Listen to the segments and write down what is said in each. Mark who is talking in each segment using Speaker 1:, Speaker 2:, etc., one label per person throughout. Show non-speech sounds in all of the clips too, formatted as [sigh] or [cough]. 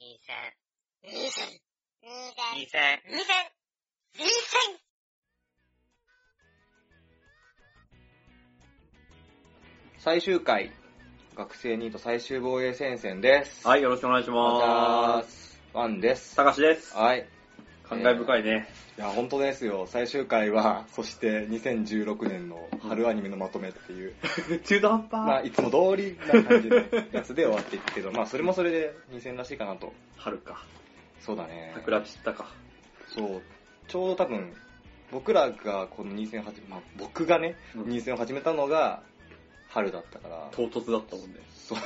Speaker 1: 二千。二千。
Speaker 2: 二千。二千。
Speaker 1: 二千。二千。
Speaker 3: 最終回、学生ニート最終防衛戦線です。。
Speaker 2: はいい、よろしくお願いし
Speaker 3: お願
Speaker 2: ま。
Speaker 3: いしますす。ワンです。
Speaker 2: たかしです。
Speaker 3: はい。
Speaker 2: 感慨深いね。
Speaker 3: いや、本当ですよ。最終回は、 [laughs] そして2016年の春アニメのまとめっていう、
Speaker 2: 中途半
Speaker 3: まあ、
Speaker 2: 端。
Speaker 3: いつも通りな感じのやつで終わっていくけど、まあ、それもそれで2000らしいかなと。
Speaker 2: 春か。
Speaker 3: そうだね。
Speaker 2: 桜散ったか。
Speaker 3: そう。ちょうど多分、僕らがこの2008、まあ、僕がね、
Speaker 2: うん
Speaker 3: 2000を始めたのが、春だったから。
Speaker 2: 唐突だったもんね。
Speaker 3: そう。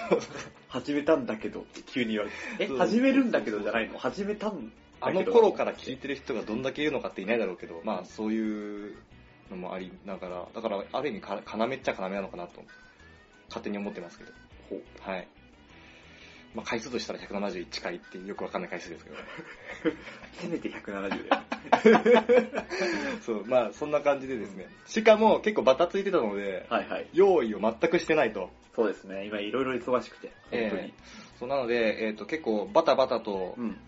Speaker 2: 始めたんだけどって急に言われて。え、
Speaker 3: そう
Speaker 2: 始めるんだけどじゃないの始めたん
Speaker 3: あの頃から聞いてる人がどんだけいるのかっていないだろうけど、まあそういうのもありながら、だからある意味か要っちゃ要なのかなと、勝手に思ってますけど。
Speaker 2: ほう
Speaker 3: はい。まあ回数としたら171回っていうよくわかんない回数ですけど。
Speaker 2: せめて170で。 [laughs]
Speaker 3: そう、まあそんな感じでですね。しかも結構バタついてたので、
Speaker 2: はいはい。
Speaker 3: 用意を全くしてないと。
Speaker 2: そうですね。今いろいろ忙しくて。本当に。
Speaker 3: そうなので、えっ、と結構バタバタと、
Speaker 2: うん。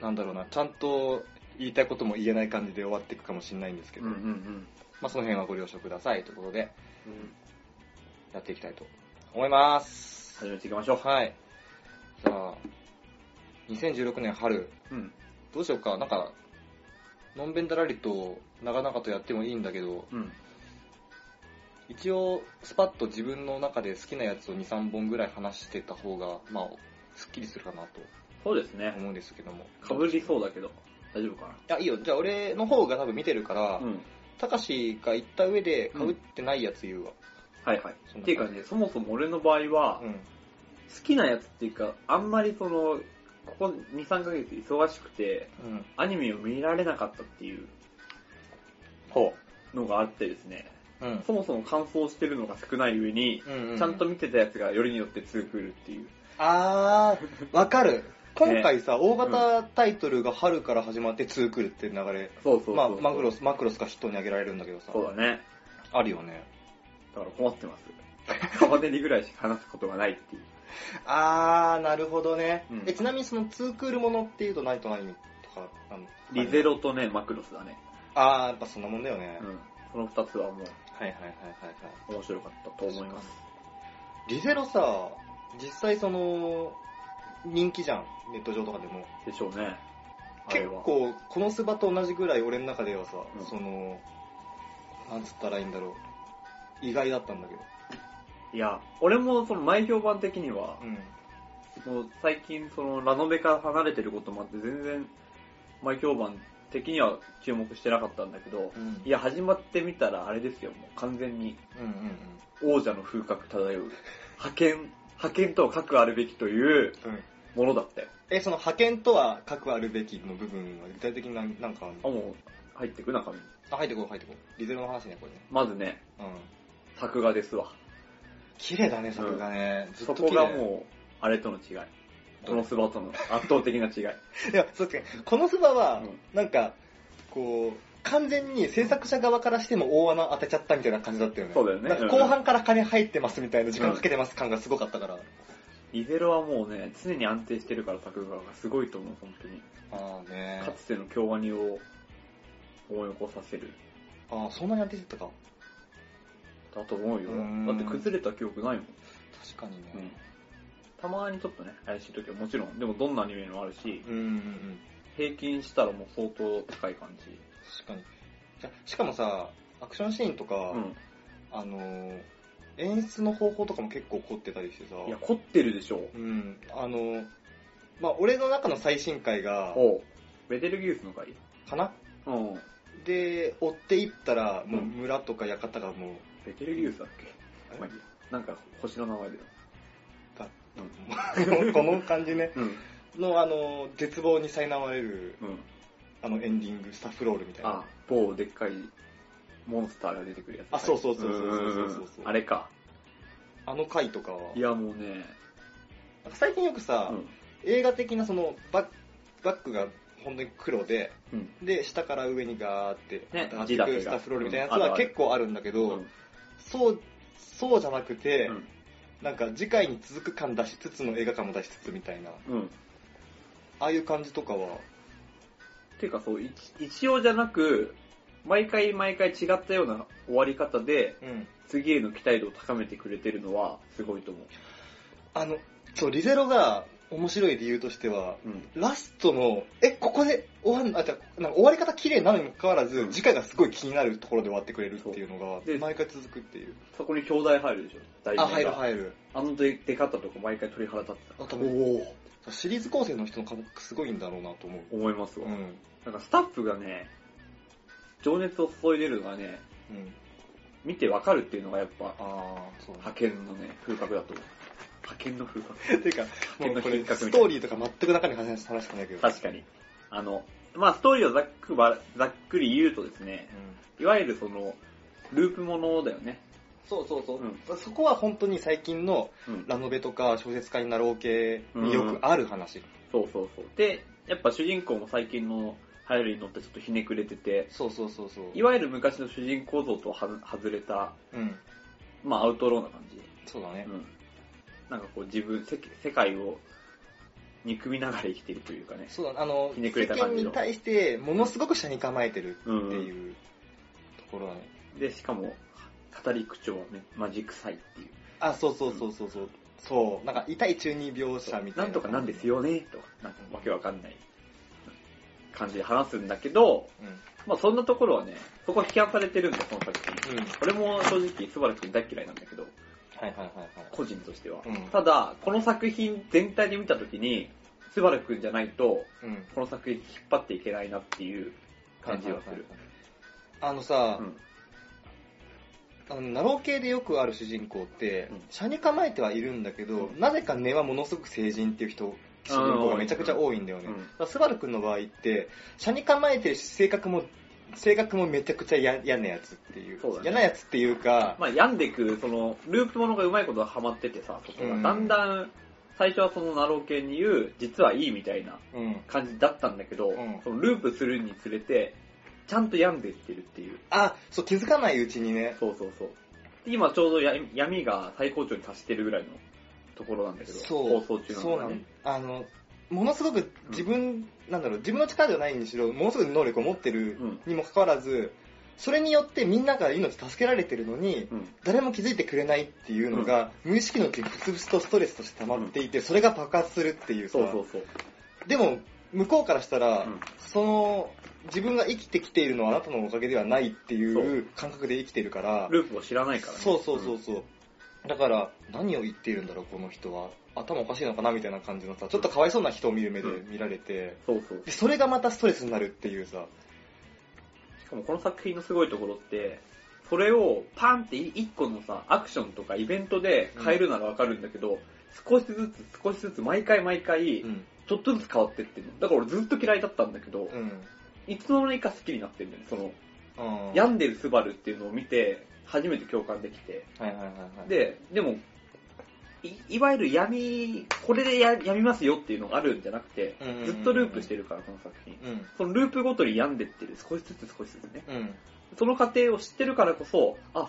Speaker 3: なんだろうな、ちゃんと言いたいことも言えない感じで終わっていくかもしれないんですけ
Speaker 2: うん
Speaker 3: ど、
Speaker 2: うん
Speaker 3: まあその辺はご了承くださいということで、
Speaker 2: うんうん。
Speaker 3: やっていきたいと思います。
Speaker 2: 始めていきましょう。
Speaker 3: はい。じゃあ、2016年春、
Speaker 2: うん。
Speaker 3: どうしようか、なんか、のんべんだらりと長々とやってもいいんだけど、
Speaker 2: うん。
Speaker 3: 一応、スパッと自分の中で好きなやつを2、3本ぐらい話してた方が、まあ、すっきりするかなと
Speaker 2: そうですね。
Speaker 3: 思うんですけども。
Speaker 2: かぶりそうだけど。大丈夫か
Speaker 3: あ、いいよ。じゃあ、俺の方が多分見てるから
Speaker 2: なう、ん。
Speaker 3: たかしが言った上で、かぶってないやつ言うわ。
Speaker 2: はいはい。
Speaker 3: そん
Speaker 2: っ
Speaker 3: な感じ
Speaker 2: ていうかね、そもそも俺の場合は、
Speaker 3: うん。
Speaker 2: 好きなやつっていうか、あんまりその、ここ2、3ヶ月忙しくて、
Speaker 3: うん。
Speaker 2: アニメを見られなかったっていう
Speaker 3: ほ
Speaker 2: のがあってですね、
Speaker 3: う。うん。
Speaker 2: そもそも乾燥してるのが少ない上に、
Speaker 3: うん、う
Speaker 2: ちゃんと見てたやつがよりによって強くるっていう。
Speaker 3: あー、わかる。今回さ、大型タイトルが春から始まって2来るって流れ、
Speaker 2: そうそうそう。
Speaker 3: まあ、マクロス、マクロスかヒットにあげられるんだけどさ、
Speaker 2: そうだね。
Speaker 3: あるよね。
Speaker 2: だから困ってます。カバネリぐらいしか話すことがないっていう。
Speaker 3: あー、なるほどね。
Speaker 2: うん
Speaker 3: えちなみにその2クールものっていうと何と何とか、あの、
Speaker 2: リゼロとね、マクロスだね。
Speaker 3: あー、やっぱそんなもんだよね。
Speaker 2: う
Speaker 3: はい
Speaker 2: ん。その二つはもう
Speaker 3: はいはいはいはい。
Speaker 2: 面白かったと思います。
Speaker 3: リゼロさ、実際その、人気じゃん。ネット上とかでも。
Speaker 2: でしょうね。あれ
Speaker 3: 結
Speaker 2: は。
Speaker 3: 構、このスバと同じぐらい俺の中ではさ、
Speaker 2: うん
Speaker 3: その、なんつったらいいんだろう。意外だったんだけど。
Speaker 2: いや、俺もその前評判的には、
Speaker 3: うん。
Speaker 2: もう最近そのラノベから離れてることもあって全然前評判的には注目してなかったんだけど、
Speaker 3: うん
Speaker 2: いや始まってみたらあれですよ、もう完全に
Speaker 3: うんうん
Speaker 2: 王者の風格漂う。派遣、派遣とは核あるべきという
Speaker 3: うん。うん。
Speaker 2: ものだったよ。
Speaker 3: え、その派遣とは核あるべきの部分は具体的に何なんかあん
Speaker 2: あ、
Speaker 3: の
Speaker 2: もう入ってく中身に。
Speaker 3: あ、入ってこう入ってこう。リゼロの話ね、これね。
Speaker 2: まずね、
Speaker 3: うん。
Speaker 2: 作画ですわ。
Speaker 3: 綺麗だね、作がね。ずっ
Speaker 2: そ
Speaker 3: と
Speaker 2: こ
Speaker 3: 綺麗。
Speaker 2: がもう、あれとの違い。このスバとの圧倒的な違い。
Speaker 3: [laughs] う。いや、そうっすね。このスバは
Speaker 2: うん、
Speaker 3: なんか、こう、完全に制作者側からしても大穴当てちゃったみたいな感じだったよね。
Speaker 2: そうだよね
Speaker 3: なんか
Speaker 2: うん
Speaker 3: 後半から金入ってますみたいな、時間かけてます感がすごかったから。
Speaker 2: リゼロはもうね、常に安定してるから作画がすごいと思う、本当に。
Speaker 3: ああね
Speaker 2: かつての京アニを思い起こさせる。
Speaker 3: ああ、そんなに当てちゃったか。
Speaker 2: だと思うよ
Speaker 3: うー。ん
Speaker 2: だって崩れた記憶ないもん。
Speaker 3: 確かにね。
Speaker 2: たまにちょっとね、怪しい時はもちろん、でもどんなアニメもあるし、
Speaker 3: うん、うん、うん。
Speaker 2: 平均したらもう相当高い感じ。
Speaker 3: 確かに。じゃしかもさ、アクションシーンとか、
Speaker 2: う
Speaker 3: あのー演出の方法とかも結構凝ってたりしてさ、
Speaker 2: ん。いや、凝ってるでしょ。
Speaker 3: うん、あのーまあ、俺の中の最新回が、
Speaker 2: おう。ベテルギウスの回
Speaker 3: かな
Speaker 2: うん。
Speaker 3: で、追っていったら、もううん村とか館がもう、 [laughs]
Speaker 2: ベテルギウスだっけ
Speaker 3: あれ
Speaker 2: まあいいやなんか星の名前だよ。
Speaker 3: だ
Speaker 2: う
Speaker 3: この感じね、
Speaker 2: ん。うん。
Speaker 3: のあのー絶望に苛まれる、
Speaker 2: うん。
Speaker 3: あのエンディング、スタッフロールみたいな。
Speaker 2: あ、某でっかいモンスターが出てくるやつ。
Speaker 3: あそうそうそうそうそうそうそう
Speaker 2: うんあれか。
Speaker 3: あの回とかは。
Speaker 2: いや、もうね、
Speaker 3: なんか最近よくさ、
Speaker 2: うん。
Speaker 3: 映画的なそのバッバックが本当に黒で、
Speaker 2: うん。
Speaker 3: で、下から上にガーって、
Speaker 2: ね
Speaker 3: 上がってくる
Speaker 2: 字だけが
Speaker 3: スタッフロールみたいな
Speaker 2: うんあ
Speaker 3: やつ
Speaker 2: るあ
Speaker 3: は
Speaker 2: る
Speaker 3: 結構あるんだけど、
Speaker 2: うん
Speaker 3: そう、そうじゃなくて、
Speaker 2: うん
Speaker 3: なんか次回に続く感出しつつの映画感も出しつつみたいな。
Speaker 2: うん。
Speaker 3: ああいう感じとかは、
Speaker 2: ていうかそう、一一応じゃなく、毎回毎回違ったような終わり方で、
Speaker 3: うん。
Speaker 2: 次への期待度を高めてくれてるのは、すごいと思う。
Speaker 3: あの、そう、リゼロが面白い理由としては、
Speaker 2: うん。
Speaker 3: ラストの、え、ここで終わんあ、じゃあなんか終わり方綺麗なのにもかかわらず、次回がすごい気になるところで終わってくれるっていうのが
Speaker 2: うで、
Speaker 3: 毎回続くっていう。
Speaker 2: そこに兄弟入るでしょ、大
Speaker 3: あ、
Speaker 2: 名が
Speaker 3: 入る入る。
Speaker 2: あの出出方とか毎回鳥肌立ってた。
Speaker 3: あと、おお。シリーズ構成の人の感覚すごいんだろうなと思う。
Speaker 2: 思いますわ。
Speaker 3: うん。
Speaker 2: なんかスタッフがね、情熱を注いでるのがね、
Speaker 3: うん。
Speaker 2: 見てわかるっていうのがやっぱ、
Speaker 3: あ [laughs] あ、そう。
Speaker 2: 派遣のね、風格だと思う。派遣の風格。
Speaker 3: ていうか、もうこれ、
Speaker 2: 変革みたいな
Speaker 3: ストーリーとか全く中に話して話してないけど。
Speaker 2: 確かに。あの、まあストーリーをざっくばざっくり言うとですね、
Speaker 3: うん
Speaker 2: いわゆるその、ループものだよね。
Speaker 3: そうそうそう、
Speaker 2: う
Speaker 3: そこは本当に最近の
Speaker 2: うん。
Speaker 3: ラノベとか小説家になろう系によくある話。
Speaker 2: そうそうそう。で、やっぱ主人公も最近の流行りに乗ってちょっとひねくれてて、
Speaker 3: そうそうそうそう。
Speaker 2: いわゆる昔の主人公像とは外れた、
Speaker 3: うん。
Speaker 2: まあアウトローな感じ。
Speaker 3: そうだね。
Speaker 2: うん。なんかこう自分、世世界を憎みながら生きてるというかね。
Speaker 3: そうだねあの、
Speaker 2: ひね
Speaker 3: 世
Speaker 2: くれた
Speaker 3: 間
Speaker 2: 感じ
Speaker 3: に
Speaker 2: の
Speaker 3: 対してものすごく社に構えてる
Speaker 2: うん
Speaker 3: っていうところはね。
Speaker 2: で、しかも、語り口調はね、マジ臭いっていう。
Speaker 3: あ、そうそうそうそうそう。そう。なんか痛い中二描写みたいな。
Speaker 2: んとかなんです。よね、とか、なんかわけわかんない感じで話すんだけど、
Speaker 3: うん。
Speaker 2: まあそんなところはね、そこは批判されてるんだよ、この作品。
Speaker 3: うん。
Speaker 2: これも正直、素晴らしく大嫌いなんだけど、
Speaker 3: はいはいはいはい。
Speaker 2: 個人としては。
Speaker 3: うん
Speaker 2: ただ、この作品全体で見たときに、スバルくんじゃないと、
Speaker 3: うん。
Speaker 2: この作品引っ張っていけないなっていう感じはする。
Speaker 3: はいはいはい。あのさ、
Speaker 2: うん
Speaker 3: あの、ナロー系でよくある主人公って
Speaker 2: うん、
Speaker 3: 車に構えてはいるんだけど、
Speaker 2: うん
Speaker 3: なぜか根はものすごく成人っていう人、主人公がめちゃくちゃ多いんだよね。
Speaker 2: うん
Speaker 3: だからスバル君の場合って、車に構えてるし、性格も、性格もめちゃくちゃや嫌なやつっていう。
Speaker 2: そうだね
Speaker 3: 嫌なやつっていうか、
Speaker 2: まあ、病んでく、その、ループものがうまいことハマっててさ、そこ
Speaker 3: う
Speaker 2: が。
Speaker 3: ん
Speaker 2: だんだん、最初はそのナロー系に言う、実はいいみたいな
Speaker 3: うん。
Speaker 2: 感じだったんだけど、
Speaker 3: ん
Speaker 2: そのループするにつれて、ちゃんと病んでってるっていう。
Speaker 3: あ、そう、気づかないうちにね。
Speaker 2: そうそうそう。で今ちょうどや闇が最高潮に達してるぐらいのところなんだけど、
Speaker 3: そう。
Speaker 2: 放送中
Speaker 3: そう
Speaker 2: な
Speaker 3: なん
Speaker 2: だね
Speaker 3: の。あの、ものすごく自分、なんだろう、自分の力ではないにしろ、ものすごく能力を持ってる
Speaker 2: うん
Speaker 3: にもかかわらず、それによってみんなが命助けられてるのに、
Speaker 2: うん。
Speaker 3: 誰も気づいてくれないっていうのが、無意識のうちにふつふつとストレスとして溜まっていて、それが爆発するっていうさ
Speaker 2: そうそうそう。
Speaker 3: でも、向こうからしたら、
Speaker 2: うん
Speaker 3: その、自分が生きてきているのはあなたのおかげではないっ
Speaker 2: そ
Speaker 3: ていう感覚で生きてるから、
Speaker 2: ループを知らないからね。
Speaker 3: そうそうそ
Speaker 2: う
Speaker 3: う
Speaker 2: ん
Speaker 3: そう。だから、何を言っているんだろう、この人は。頭おかしいのかなみたいな感じのさ、ちょっとかわいそうな人を見る目で見られて、
Speaker 2: そうそう。
Speaker 3: でそれがまたストレスになるっていうさ、
Speaker 2: しかもこの作品のすごいところって、それをパンって一個のさ、アクションとかイベントで変えるならわかるんだけど、少しずつ少しずつ毎回毎回
Speaker 3: う、ん。
Speaker 2: ちょっとずつ変わってってるの。だから俺ずっと嫌いだったんだけど、
Speaker 3: うん。
Speaker 2: いつの間にか好きになってんだよね。その、
Speaker 3: うん
Speaker 2: 病んでるスバルっていうのを見て、初めて共感できて。
Speaker 3: はいはいはいはい。
Speaker 2: で、でも、いいわゆる闇、これでややみますよっていうのがあるんじゃなくて
Speaker 3: うんうんうんう、ん
Speaker 2: ずっとループしてるから、この作品。
Speaker 3: うん。
Speaker 2: そのループごとに病んでってる、少しずつ少しずつね。
Speaker 3: うん。
Speaker 2: その過程を知ってるからこそ、あ、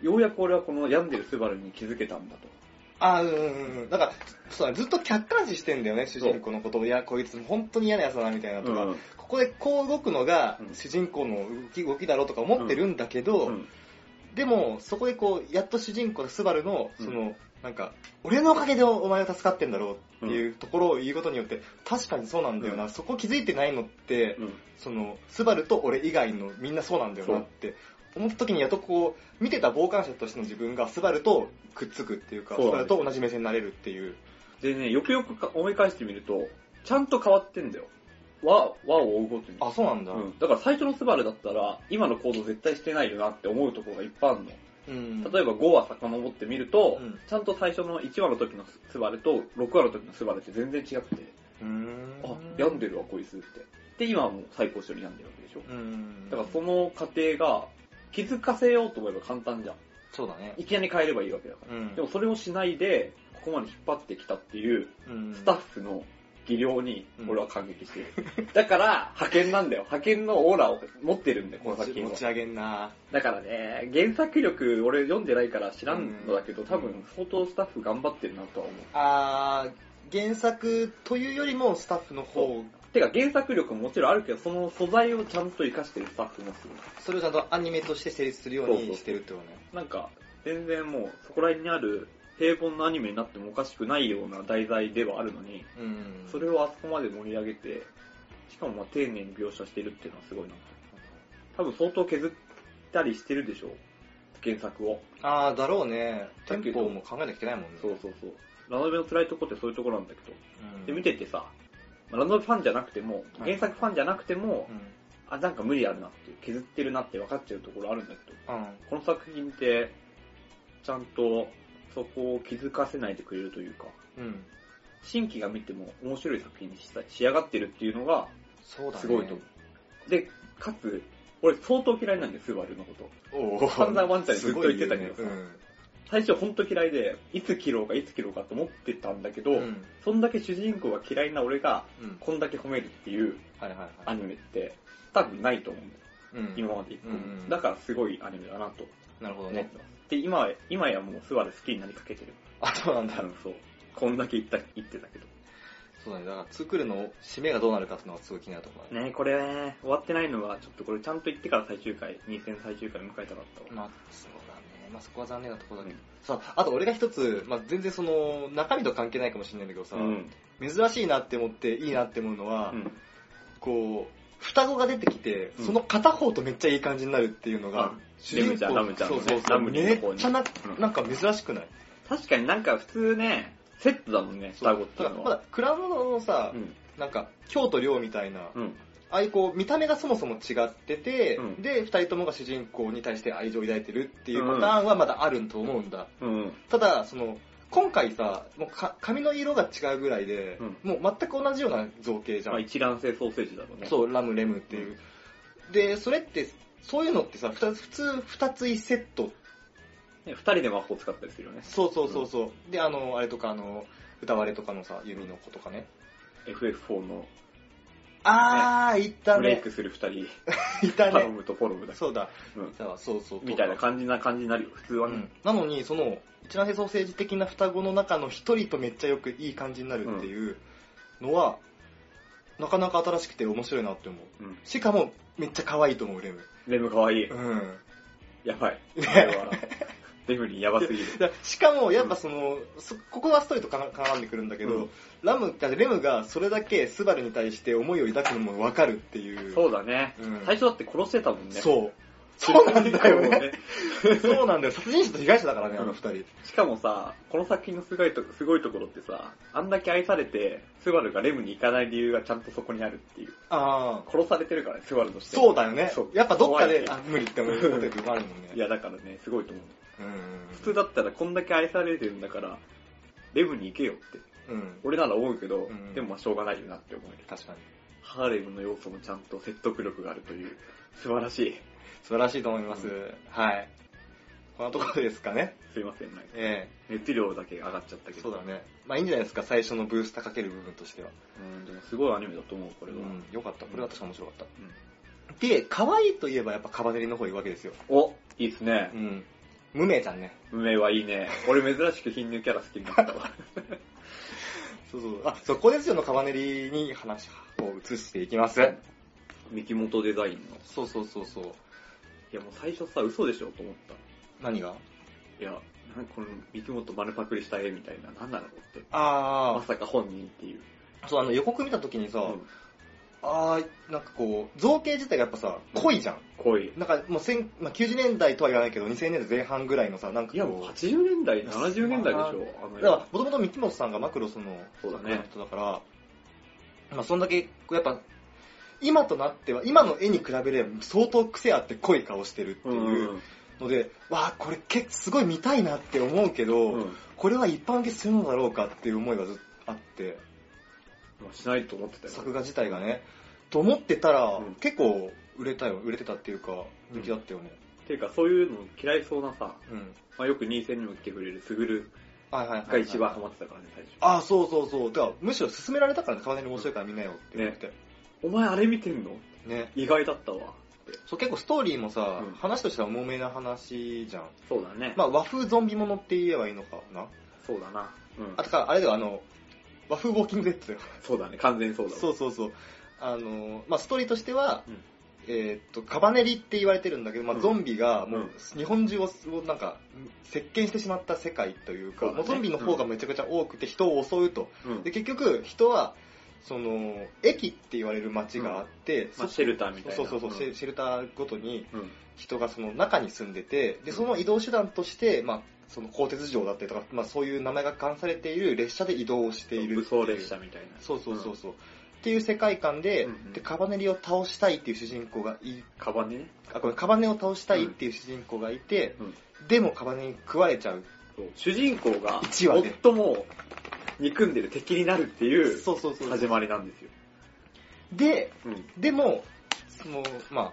Speaker 2: ようやく俺はこの病んでるスバルに気づけたんだと。
Speaker 3: あうんうんうん。だから、そうだずっと客観視してんだよね、主人公のことを。いや、こいつ本当に嫌なやつだな、みたいなとか。
Speaker 2: うん
Speaker 3: ここでこう動くのが
Speaker 2: うん
Speaker 3: 主人公の動き動きだろうとか思ってるんだけど、
Speaker 2: うん
Speaker 3: でも、そこでこう、やっと主人公のスバルの、
Speaker 2: う
Speaker 3: そ
Speaker 2: ん
Speaker 3: の、なんか、俺のおかげでお前は助かってんだろうっていうところを言うことによって、確かにそうなんだよな、
Speaker 2: うん
Speaker 3: そこ気づいてないのって、
Speaker 2: うん
Speaker 3: その、スバルと俺以外のみんなそうなんだよなって思った時に、やっとこう、見てた傍観者としての自分がスバルとくっつくっていうか、
Speaker 2: そう
Speaker 3: ス
Speaker 2: なん
Speaker 3: バル
Speaker 2: です
Speaker 3: と同じ目線になれるっていう。
Speaker 2: でね、よくよくか思い返してみると、ちゃんと変わってんだよ。和、和を追うごとに。
Speaker 3: あ、そうなんだ。
Speaker 2: うん、だから最初のスバルだったら、今の行動絶対してないよなって思うところがいっぱいあるの。
Speaker 3: うん
Speaker 2: 例えば5話遡ってみると、
Speaker 3: うん
Speaker 2: ちゃんと最初の1話の時のスバルと6話の時のスバルって全然違くて、
Speaker 3: うーん
Speaker 2: あ、病んでるわこいつって。で、今はもう最高潮に病んでるわけでしょ。
Speaker 3: うん。
Speaker 2: だからその過程が気づかせようと思えば簡単じゃん。
Speaker 3: そうだね。
Speaker 2: いきなり変えればいいわけだから。
Speaker 3: うん
Speaker 2: でもそれをしないで、ここまで引っ張ってきたっていう
Speaker 3: うん
Speaker 2: スタッフの技量に
Speaker 3: うん
Speaker 2: 俺は感激してる。だから派遣なんだよ。派遣のオーラを持ってるんだよ、この
Speaker 3: 持
Speaker 2: 作
Speaker 3: ち
Speaker 2: 品
Speaker 3: 持
Speaker 2: は。
Speaker 3: ち上げんな
Speaker 2: だからね、原作力俺読んでないから知らんのだけど、
Speaker 3: うん
Speaker 2: 多分相当スタッフ頑張ってるなとは思う。
Speaker 3: あー、原作というよりもスタッフの方
Speaker 2: てか原作力ももちろんあるけど、その素材をちゃんと活かしてるスタッフもすごい。
Speaker 3: それをちゃんとアニメとして成立するよう
Speaker 2: そうそうそ
Speaker 3: に
Speaker 2: う
Speaker 3: してるってことね
Speaker 2: なんか、全然もう、そこら辺にある平凡なアニメになってもおかしくないような題材ではあるのに、
Speaker 3: うん
Speaker 2: それをあそこまで盛り上げて、しかもまあ丁寧に描写してるっていうのはすごいな。多分相当削ったりしてるでしょう原作を。
Speaker 3: ああだろうね
Speaker 2: さ
Speaker 3: テ
Speaker 2: っき言
Speaker 3: ン
Speaker 2: った
Speaker 3: ポも考えなきゃいけないもんね
Speaker 2: そうそうそう。ラノベの辛いとこってそういうとこなんだけど。
Speaker 3: うん
Speaker 2: で、見ててさ、まあラノベファンじゃなくても、
Speaker 3: はい
Speaker 2: 原作ファンじゃなくても
Speaker 3: う、ん
Speaker 2: あ、なんか無理あるなっていう、削ってるなって分かっちゃうところあるんだけど、
Speaker 3: うん
Speaker 2: この作品って、ちゃんとそこを気づかせないでくれるというか、
Speaker 3: うん
Speaker 2: 新規が見ても面白い作品にした仕上がってるっていうのが、
Speaker 3: そうだね
Speaker 2: すごいと思う。で、かつ、俺相当嫌いなんで、スバルのこと。
Speaker 3: おお
Speaker 2: 散々ワンちゃんにずっと言ってたけどさ
Speaker 3: すごいよね
Speaker 2: 最初本当嫌いで、いつ切ろうかいつ切ろうかと思ってたんだけど、
Speaker 3: うんうん
Speaker 2: そんだけ主人公が嫌いな俺が、
Speaker 3: うん
Speaker 2: こんだけ褒めるっていう
Speaker 3: はいはい
Speaker 2: ア
Speaker 3: はい
Speaker 2: ニメって、多分ないと思うんだよ。
Speaker 3: うん
Speaker 2: 今まで一個も、
Speaker 3: うん
Speaker 2: だからすごいアニメだなと
Speaker 3: なるほど
Speaker 2: 思っ
Speaker 3: ね
Speaker 2: てます。で、今は、今やもうスバル好きになりかけてる。
Speaker 3: あそうなんだ
Speaker 2: あの、そう。こんだけ言った、言ってたけど。
Speaker 3: そうだねだからツークールの締めがどうなるかっていうのがすごい気になるところだね
Speaker 2: ねこれね、終わってないのは、ちょっとこれちゃんと言ってから最終回、2戦最終回迎えたかったわ。
Speaker 3: まあ、そうだね。まあ、そこは残念なところだけど。さあ、あと俺が一つ、まあ、全然その、中身と関係ないかもしれないんだけどさ、
Speaker 2: うん。
Speaker 3: 珍しいなって思って、いいなって思うのは、
Speaker 2: うん
Speaker 3: こう、双子が出てきて、
Speaker 2: うん
Speaker 3: その片方とめっちゃいい感じになるっていうのが、
Speaker 2: あレムちゃんラムちゃんの
Speaker 3: そ
Speaker 2: ね
Speaker 3: うそうそ
Speaker 2: ラ
Speaker 3: う、
Speaker 2: ムリ
Speaker 3: め
Speaker 2: ーの方に
Speaker 3: っちゃな
Speaker 2: う、ん
Speaker 3: なんか珍しくない
Speaker 2: 確かになんか普通ね、セットだもんね、双子っていう
Speaker 3: だから
Speaker 2: の
Speaker 3: ま
Speaker 2: は。
Speaker 3: だ、クラムのさ、
Speaker 2: うん。
Speaker 3: なんか、京都亮みたいな、
Speaker 2: うん。
Speaker 3: ああいうこう、見た目がそもそも違ってて、
Speaker 2: うん
Speaker 3: で、二人ともが主人公に対して愛情を抱いてるっていうパターンはまだあると思うんだ。
Speaker 2: うん。
Speaker 3: ただその今回さもうか髪の色が違うぐらいで、
Speaker 2: うん
Speaker 3: もう全く同じような造形じゃん、
Speaker 2: まあ一卵性ソーセージだろうね。う。
Speaker 3: そうラムレムっていう、でそれってそういうのってさふた普通2つ1セット
Speaker 2: ね、二人で魔法使ったりするよね。
Speaker 3: そうそうそうそう、であのあれとかあの歌われとかのさ弓の子とかね
Speaker 2: FF4 の
Speaker 3: あーいた
Speaker 2: ブレイ
Speaker 3: ね
Speaker 2: クする二人、
Speaker 3: [laughs] いた
Speaker 2: パロ
Speaker 3: ね
Speaker 2: [laughs] ムとポロムだけ。
Speaker 3: そうだ、
Speaker 2: うん
Speaker 3: だわそうそう
Speaker 2: みたいな感じな感じになるよ、普通は
Speaker 3: う
Speaker 2: ね
Speaker 3: ん。なのに、その、一卵性ソーセージ的な双子の中の一人とめっちゃよくいい感じになるっていうのは、なかなか新しくて面白いなって思う。
Speaker 2: うん。
Speaker 3: しかも、めっちゃ可愛いと思う、レム。
Speaker 2: レムかわいい。
Speaker 3: うん。
Speaker 2: やば
Speaker 3: [laughs]
Speaker 2: い。これは、レムリンやばすぎる。
Speaker 3: だしかも、やっぱその、そここはストレートかな絡んでくるんだけど、
Speaker 2: うん
Speaker 3: ラム、だってレムがそれだけスバルに対して思いを抱くのもわかるっていう。
Speaker 2: そうだね。
Speaker 3: うん
Speaker 2: 最初だって殺してたもんね。
Speaker 3: そう。そうなんだよね。
Speaker 2: 主人公をね。
Speaker 3: そうなんだよ。殺人者と被害者だからね、あの二人。
Speaker 2: [laughs] しかもさ、この作品のすごいとすごいところってさ、あんだけ愛されて、スバルがレムに行かない理由がちゃんとそこにあるっていう。
Speaker 3: ああ。
Speaker 2: 殺されてるからね、スバルとして。
Speaker 3: そうだよね
Speaker 2: そう。
Speaker 3: やっぱどっか
Speaker 2: 怖い
Speaker 3: で
Speaker 2: ね、
Speaker 3: あ、無理って思うことってあるもんね。
Speaker 2: いやだからね、すごいと思う。普
Speaker 3: 普
Speaker 2: 通だったらこんだけ愛されてるんだから、レムに行けよって。
Speaker 3: うん。
Speaker 2: 俺なら思うけど、
Speaker 3: うん
Speaker 2: でもまあしょうがないよなって思える。
Speaker 3: 確かに。
Speaker 2: ハーレムの要素もちゃんと説得力があるという、素晴らしい。
Speaker 3: 素晴らしいと思います。
Speaker 2: う
Speaker 3: はい。こんなところですかね。
Speaker 2: すいません、なんか
Speaker 3: え
Speaker 2: 熱量だけ上がっちゃった
Speaker 3: え
Speaker 2: けど。
Speaker 3: そうだね。まあいいんじゃないですか、最初のブースターかける部分としては。
Speaker 2: うん、でもすごいアニメだと思う、こ
Speaker 3: う
Speaker 2: れは。うん
Speaker 3: ん、よかった。これは確か面白かった。で、可愛いといえばやっぱカバネリの方いるわけですよ。
Speaker 2: お、いいっすね
Speaker 3: う。ん。無名ちゃんね。
Speaker 2: 無名はいいね。俺珍しく貧乳キャラ好きになったわ。
Speaker 3: そうそう。あ、そこですよのカバネリに話を移していきます。
Speaker 2: 三木本デザインの。い
Speaker 3: そうそうそうそう。
Speaker 2: やもう最初さ、嘘でしょと思った。
Speaker 3: 何が
Speaker 2: いや、なんかこの三木本丸パクリした絵みたいな、なんなのって。ま
Speaker 3: あ
Speaker 2: さか本人っていう。
Speaker 3: あ、そう、あの予告見た時にさ、
Speaker 2: うん
Speaker 3: ああ、なんかこう、造形自体がやっぱさ、濃いじゃん。
Speaker 2: 恋。
Speaker 3: なんかもう千、まあ、90年代とは言わないけど、2000年代前半ぐらいのさ、なんか
Speaker 2: いやもう80年代、70年代でしょ、あの
Speaker 3: だ
Speaker 2: 絵
Speaker 3: から、もともと三木本さんがマクロスの
Speaker 2: そうだね
Speaker 3: 作家の人だから、まあ、そんだけ、こうやっぱ、今となっては、今の絵に比べれば相当癖あって濃い顔してるって
Speaker 2: う。
Speaker 3: いうんので、わあこれけすごい見たいなって思うけど、
Speaker 2: うん。
Speaker 3: これは一般受けするのだろうかっていう思いがずっとあって、
Speaker 2: まあしないと思ってたよ。
Speaker 3: 作画自体がね、と思ってたら、
Speaker 2: うん
Speaker 3: 結構売れたよ、売れてたっていうか、
Speaker 2: うん
Speaker 3: 人気だったよね。
Speaker 2: っていうか、そういうの嫌いそうなさ、
Speaker 3: うん。
Speaker 2: まあよく2戦にも来てくれるスグル
Speaker 3: はいはいはい、
Speaker 2: が一番ハマってたからね、最初。
Speaker 3: ああ、そうそうそう。てか、むしろ勧められたからね、かなり面白いから見なよって言って。
Speaker 2: お前あれ見てんの
Speaker 3: ね。
Speaker 2: 意外だったわ。
Speaker 3: そう、結構ストーリーもさ、
Speaker 2: うん
Speaker 3: 話としては重めな話じゃん。
Speaker 2: そうだね。
Speaker 3: まあ、和風ゾンビものって言えばいいのかな。
Speaker 2: そうだな。うん
Speaker 3: あ、。とから、あれではあの、和風ウォーキングデッドだよ。
Speaker 2: そうだね、完全にそうだわ
Speaker 3: そうそうそう。あの、まあ、ストーリーとしては、
Speaker 2: うん
Speaker 3: えーっと、カバネリって言われてるんだけど、ま
Speaker 2: う
Speaker 3: あ、
Speaker 2: ん
Speaker 3: ゾンビがも
Speaker 2: う
Speaker 3: うん日本中を、をなんか、席巻してしまった世界という
Speaker 2: そう
Speaker 3: か、
Speaker 2: だね
Speaker 3: もうゾンビの方がめちゃくちゃ多くて人を襲うと。
Speaker 2: うん
Speaker 3: で、結局、人は、その、駅って言われる街があって、
Speaker 2: まあ
Speaker 3: そ
Speaker 2: シェルターみたいな
Speaker 3: そうそうそう、シェシェルターごとに
Speaker 2: うん
Speaker 3: 人がその中に住んでて、で、その移動手段として、まあ、その鋼鉄城だったりとか、まあそういう名前が冠されている列車で移動しているっていう。
Speaker 2: 武装列車みたいな。
Speaker 3: そうそうそうそう。っていう世界観で、
Speaker 2: うんうん
Speaker 3: で、カバネリを倒したいっていう主人公がい、
Speaker 2: カバネね。
Speaker 3: あ、ごめん、カバネを倒したいっていう主人公がいて、
Speaker 2: うん
Speaker 3: でもカバネに食われちゃう。
Speaker 2: そう主人公が
Speaker 3: 一話で
Speaker 2: 夫も憎んでる敵になるっていう
Speaker 3: そうそうそう。
Speaker 2: 始まりなんですよ。
Speaker 3: で、
Speaker 2: うん
Speaker 3: でも、その、まあ、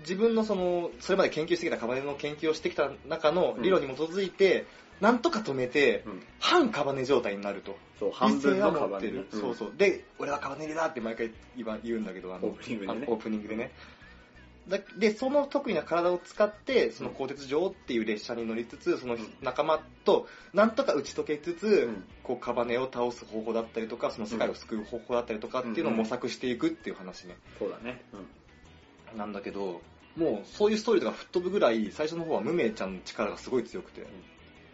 Speaker 3: 自分のその、それまで研究してきたカバネの研究をしてきた中の理論に基づいて、なんとか止めて、
Speaker 2: うん
Speaker 3: 反カバネ状態になると。
Speaker 2: そう、半分のカバ
Speaker 3: 理性
Speaker 2: ネ
Speaker 3: は
Speaker 2: ね
Speaker 3: 持っ。てるそうそう。で、俺はカバネリだって毎回今言うんだけど、あの、
Speaker 2: オープニングでね
Speaker 3: あのオープニングでね。だで、その得意な体を使って、その鋼鉄城っていう列車に乗りつつ、その
Speaker 2: うん
Speaker 3: 仲間となんとか打ち解けつつ、
Speaker 2: うん。うん
Speaker 3: こう、カバネを倒す方法だったりとか、その世界を救う方法だったりとかっていうのを模索していくっていう話ね。
Speaker 2: そうだね。うん
Speaker 3: なんだけど、もうそういうストーリーとか吹っ飛ぶぐらい、最初の方は無名ちゃんの力がすごい強くて、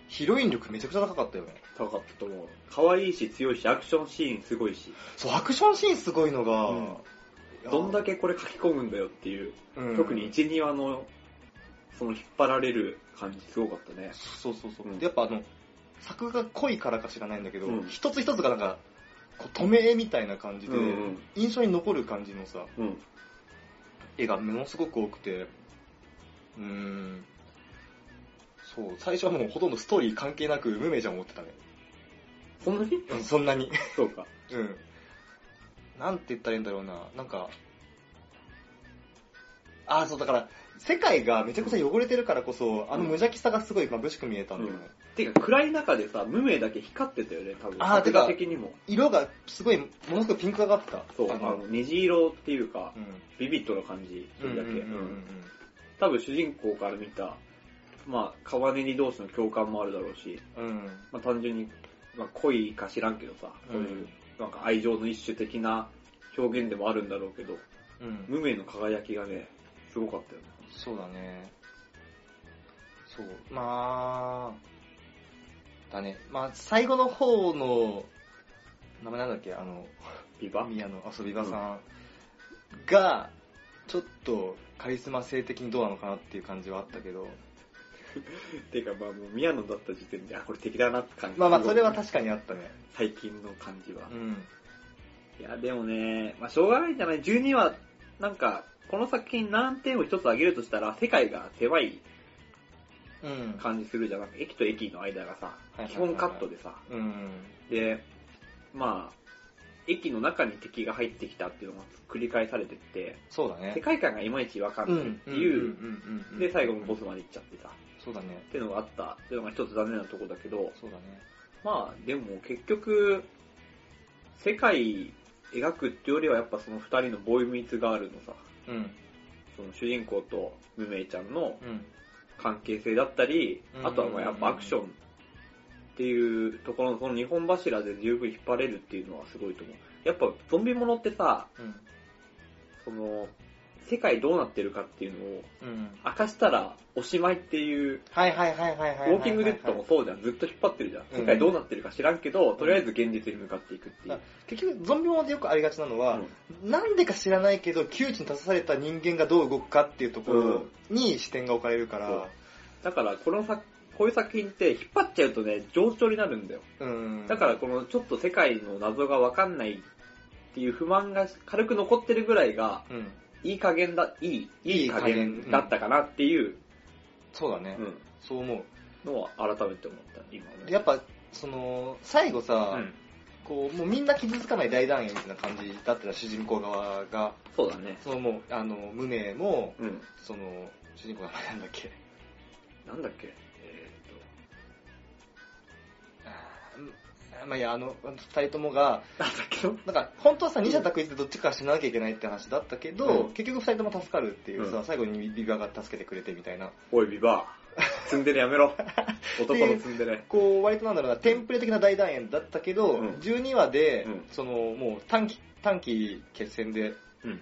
Speaker 3: ヒロイン力めちゃくちゃ高かったよね。
Speaker 2: 高かったと思う。可愛いし強いし、アクションシーンすごいし、
Speaker 3: そう、アクションシーンすごいのが、
Speaker 2: うん
Speaker 3: いや
Speaker 2: どんだけこれ書き込むんだよっていう、
Speaker 3: うん
Speaker 2: 特に1、2話の、その引っ張られる感じすごかったね。
Speaker 3: そうそうそう、
Speaker 2: うん
Speaker 3: でやっぱあの作画が濃いからか知らないんだけど、
Speaker 2: うん
Speaker 3: 一つ一つがなんかこう止め絵みたいな感じ
Speaker 2: うん
Speaker 3: で、
Speaker 2: うん。
Speaker 3: 印象に残る感じのさ
Speaker 2: うん。
Speaker 3: 絵がものすごく多くてうーんそう最初はもうほとんどストーリー関係なく無名ちゃんを追ってたね
Speaker 2: そ
Speaker 3: [laughs]
Speaker 2: んなに
Speaker 3: うんそんなに
Speaker 2: そうか。
Speaker 3: うんなんて言ったらいいんだろうななんかああそうだから世界がめちゃくちゃ汚れてるからこそあの無邪気さがすごい眩しく見えたんだよね、
Speaker 2: うんてか、暗い中でさ、無名だけ光ってたよね、多分。
Speaker 3: あーてか
Speaker 2: 作画的にも。
Speaker 3: 色がすごい、ものすごいピンクがかった。
Speaker 2: そう、あ
Speaker 3: あの
Speaker 2: の、、虹色っていうか
Speaker 3: う、ん。
Speaker 2: ビビットな感じ、それだけ。
Speaker 3: うんうんうんう
Speaker 2: うん
Speaker 3: ん
Speaker 2: 多分主人公から見た、まあ、川ネリ同士の共感もあるだろうし、
Speaker 3: うん。うん。
Speaker 2: まあ単純に、まあ恋か知らんけどさ、そういう、なんか愛情の一種的な表現でもあるんだろうけど、
Speaker 3: うん。
Speaker 2: 無名の輝きがね、すごかったよね。
Speaker 3: そうだね。そう。まあ、だね。まあ、最後の方の、名前なんだっけあの、
Speaker 2: ビバ
Speaker 3: 宮野遊び場さんが、ちょっとカリスマ性的にどうなのかなっていう感じはあったけど、
Speaker 2: ていうかまあもう宮野だった時点で、あ、これ敵だなって感じ。
Speaker 3: まあまあ、それは確かにあったね。
Speaker 2: 最近の感じは
Speaker 3: う。ん。
Speaker 2: いや、でもね、まあしょうがないんじゃない ?12 は、なんか、この作品難点を一つ挙げるとしたら、世界が狭い
Speaker 3: うん。
Speaker 2: 感じするじゃなくて、駅と駅の間がさ
Speaker 3: いはいはいは、い
Speaker 2: 基本カットでさ、
Speaker 3: うん。
Speaker 2: で、まあ、駅の中に敵が入ってきたっていうのが繰り返されてって、
Speaker 3: そうだね。
Speaker 2: 世界観がいまいちわかんないっていう、
Speaker 3: う
Speaker 2: で、最後のボ
Speaker 3: ス。
Speaker 2: スまで行っちゃってさ、
Speaker 3: そうだね。
Speaker 2: っていうのがあったっていうのが一つ残念なとこだけど、
Speaker 3: そうだね。
Speaker 2: まあ、でも結局、世界描くってよりはやっぱその二人のボーイミーツガールのさ、
Speaker 3: うん。
Speaker 2: その主人公と無名ちゃんの
Speaker 3: うん。
Speaker 2: 関係性だったり
Speaker 3: う、ん
Speaker 2: あとはまあやっぱアクションっていうところのその2本柱で十分引っ張れるっていうのはすごいと思う。やっぱゾンビものってさ、
Speaker 3: うん。
Speaker 2: その、世界どうなってるかっていうのを
Speaker 3: うん。
Speaker 2: 明かしたらおしまいっていう、
Speaker 3: はいはいはいはい
Speaker 2: ウ
Speaker 3: はい。
Speaker 2: ォーキングデッドも。そうじゃん。ずっと引っ張ってるじゃん。
Speaker 3: うん
Speaker 2: 世界どうなってるか知らんけど、とりあえず現実に向かっていくっていう。
Speaker 3: 結局、ゾンビものでよくありがちなのは、なんでか知らないけど、窮地に立たされた人間がどう動くかっていうところに視点が置かれるから、
Speaker 2: だから、この作、こういう作品って引っ張っちゃうとね、上調になるんだよ。
Speaker 3: うん。
Speaker 2: だから、このちょっと世界の謎がわかんないっていう不満が軽く残ってるぐらいが、
Speaker 3: うん。
Speaker 2: いい加減だ、いい、いい加
Speaker 3: いい加
Speaker 2: 減
Speaker 3: 減
Speaker 2: だったかなっていう、
Speaker 3: そうだね
Speaker 2: う。ん
Speaker 3: そう思う。
Speaker 2: のは改めて思った、今ね。
Speaker 3: やっぱ、その、最後
Speaker 2: う
Speaker 3: さ、
Speaker 2: ん
Speaker 3: こう、もうみんな傷つかない大団円みたいな感じだったら、主人公側が、
Speaker 2: そうだね。
Speaker 3: そのもう、あの、無名も、
Speaker 2: うん。
Speaker 3: その、主人公の名前なんだっけ
Speaker 2: なんだっけえーっと、
Speaker 3: あーまあいや、あの、二人ともが、
Speaker 2: なんだっけ
Speaker 3: なんか、本当はさ、二者択一でどっちか死ななきゃいけないって話だったけど、
Speaker 2: うん
Speaker 3: 結局二人とも助かるっていうさ、
Speaker 2: うん
Speaker 3: 最後にビビバが助けてくれてみたいな。
Speaker 2: おい、ビバツンデレやめ
Speaker 3: [laughs]
Speaker 2: ろ。男のツンデレ。
Speaker 3: こう割となんだろうなテンプレ的な大団円だったけど、
Speaker 2: うん
Speaker 3: 12話で、
Speaker 2: うん
Speaker 3: そのもう短期短期決戦で
Speaker 2: うん。